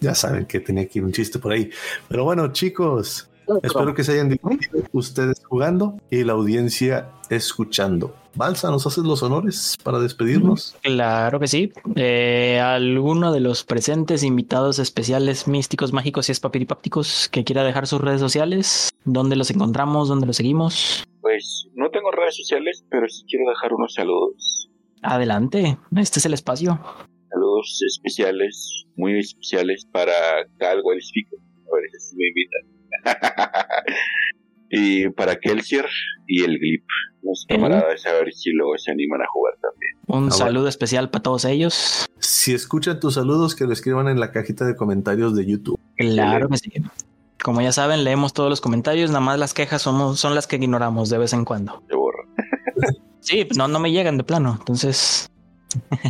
Ya saben que tenía aquí un chiste por ahí. Pero bueno, chicos, espero que se hayan divertido ustedes jugando y la audiencia escuchando. Balsa, ¿nos haces los honores para despedirnos? Claro que sí. Eh, alguno de los presentes, invitados especiales, místicos, mágicos y espapiripápticos que quiera dejar sus redes sociales, dónde los encontramos, dónde los seguimos. Pues no tengo redes sociales, pero sí quiero dejar unos saludos. Adelante, este es el espacio. Saludos especiales, muy especiales para Calwell Fico. A ver si me invitan. <laughs> y para Kelsier y el Glip. Los ¿El? camaradas, a ver si luego se animan a jugar también. Un bueno. saludo especial para todos ellos. Si escuchan tus saludos, que lo escriban en la cajita de comentarios de YouTube. Claro que sí. Como ya saben, leemos todos los comentarios, nada más las quejas somos, son las que ignoramos de vez en cuando. Se borra. Sí, pues, no, no me llegan de plano, entonces... <laughs>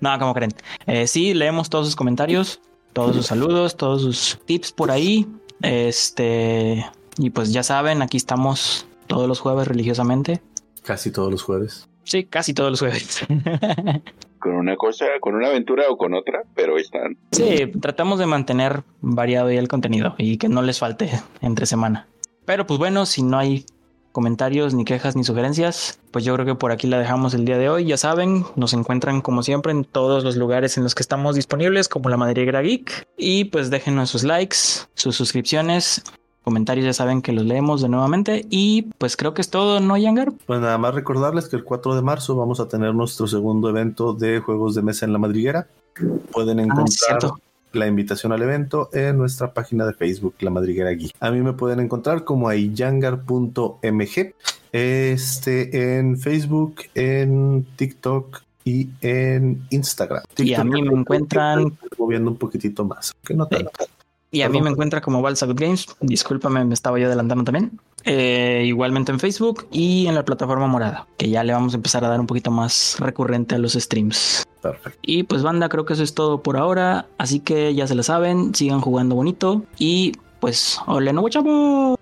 no, como creen. Eh, sí, leemos todos sus comentarios, todos sus saludos, todos sus tips por ahí. Este... Y pues ya saben, aquí estamos todos los jueves religiosamente. Casi todos los jueves. Sí, casi todos los jueves. <laughs> Con una cosa, con una aventura o con otra, pero están. Sí, tratamos de mantener variado ya el contenido y que no les falte entre semana. Pero pues bueno, si no hay comentarios, ni quejas, ni sugerencias, pues yo creo que por aquí la dejamos el día de hoy. Ya saben, nos encuentran como siempre en todos los lugares en los que estamos disponibles, como la Madriguera Geek. Y pues déjenos sus likes, sus suscripciones, comentarios ya saben que los leemos de nuevamente. Y pues creo que es todo, ¿no, Yangar? Pues nada más recordarles que el 4 de marzo vamos a tener nuestro segundo evento de juegos de mesa en la madriguera. Pueden Ah, sí, encontrar cierto. la invitación al evento en nuestra página de Facebook, La Madriguera Geek. A mí me pueden encontrar como ayangar.mg, este, en Facebook, en TikTok y en Instagram. Y a TikTok, mí me encuentran- Moviendo un poquitito más, que no tanto. Y a mí Perdón. me encuentra como Balsa Good Games. Discúlpame, me estaba yo adelantando también. Eh, igualmente en Facebook y en la plataforma morada, que ya le vamos a empezar a dar un poquito más recurrente a los streams. Perfecto. Y pues banda, creo que eso es todo por ahora. Así que ya se lo saben, sigan jugando bonito y pues ole no guachamos.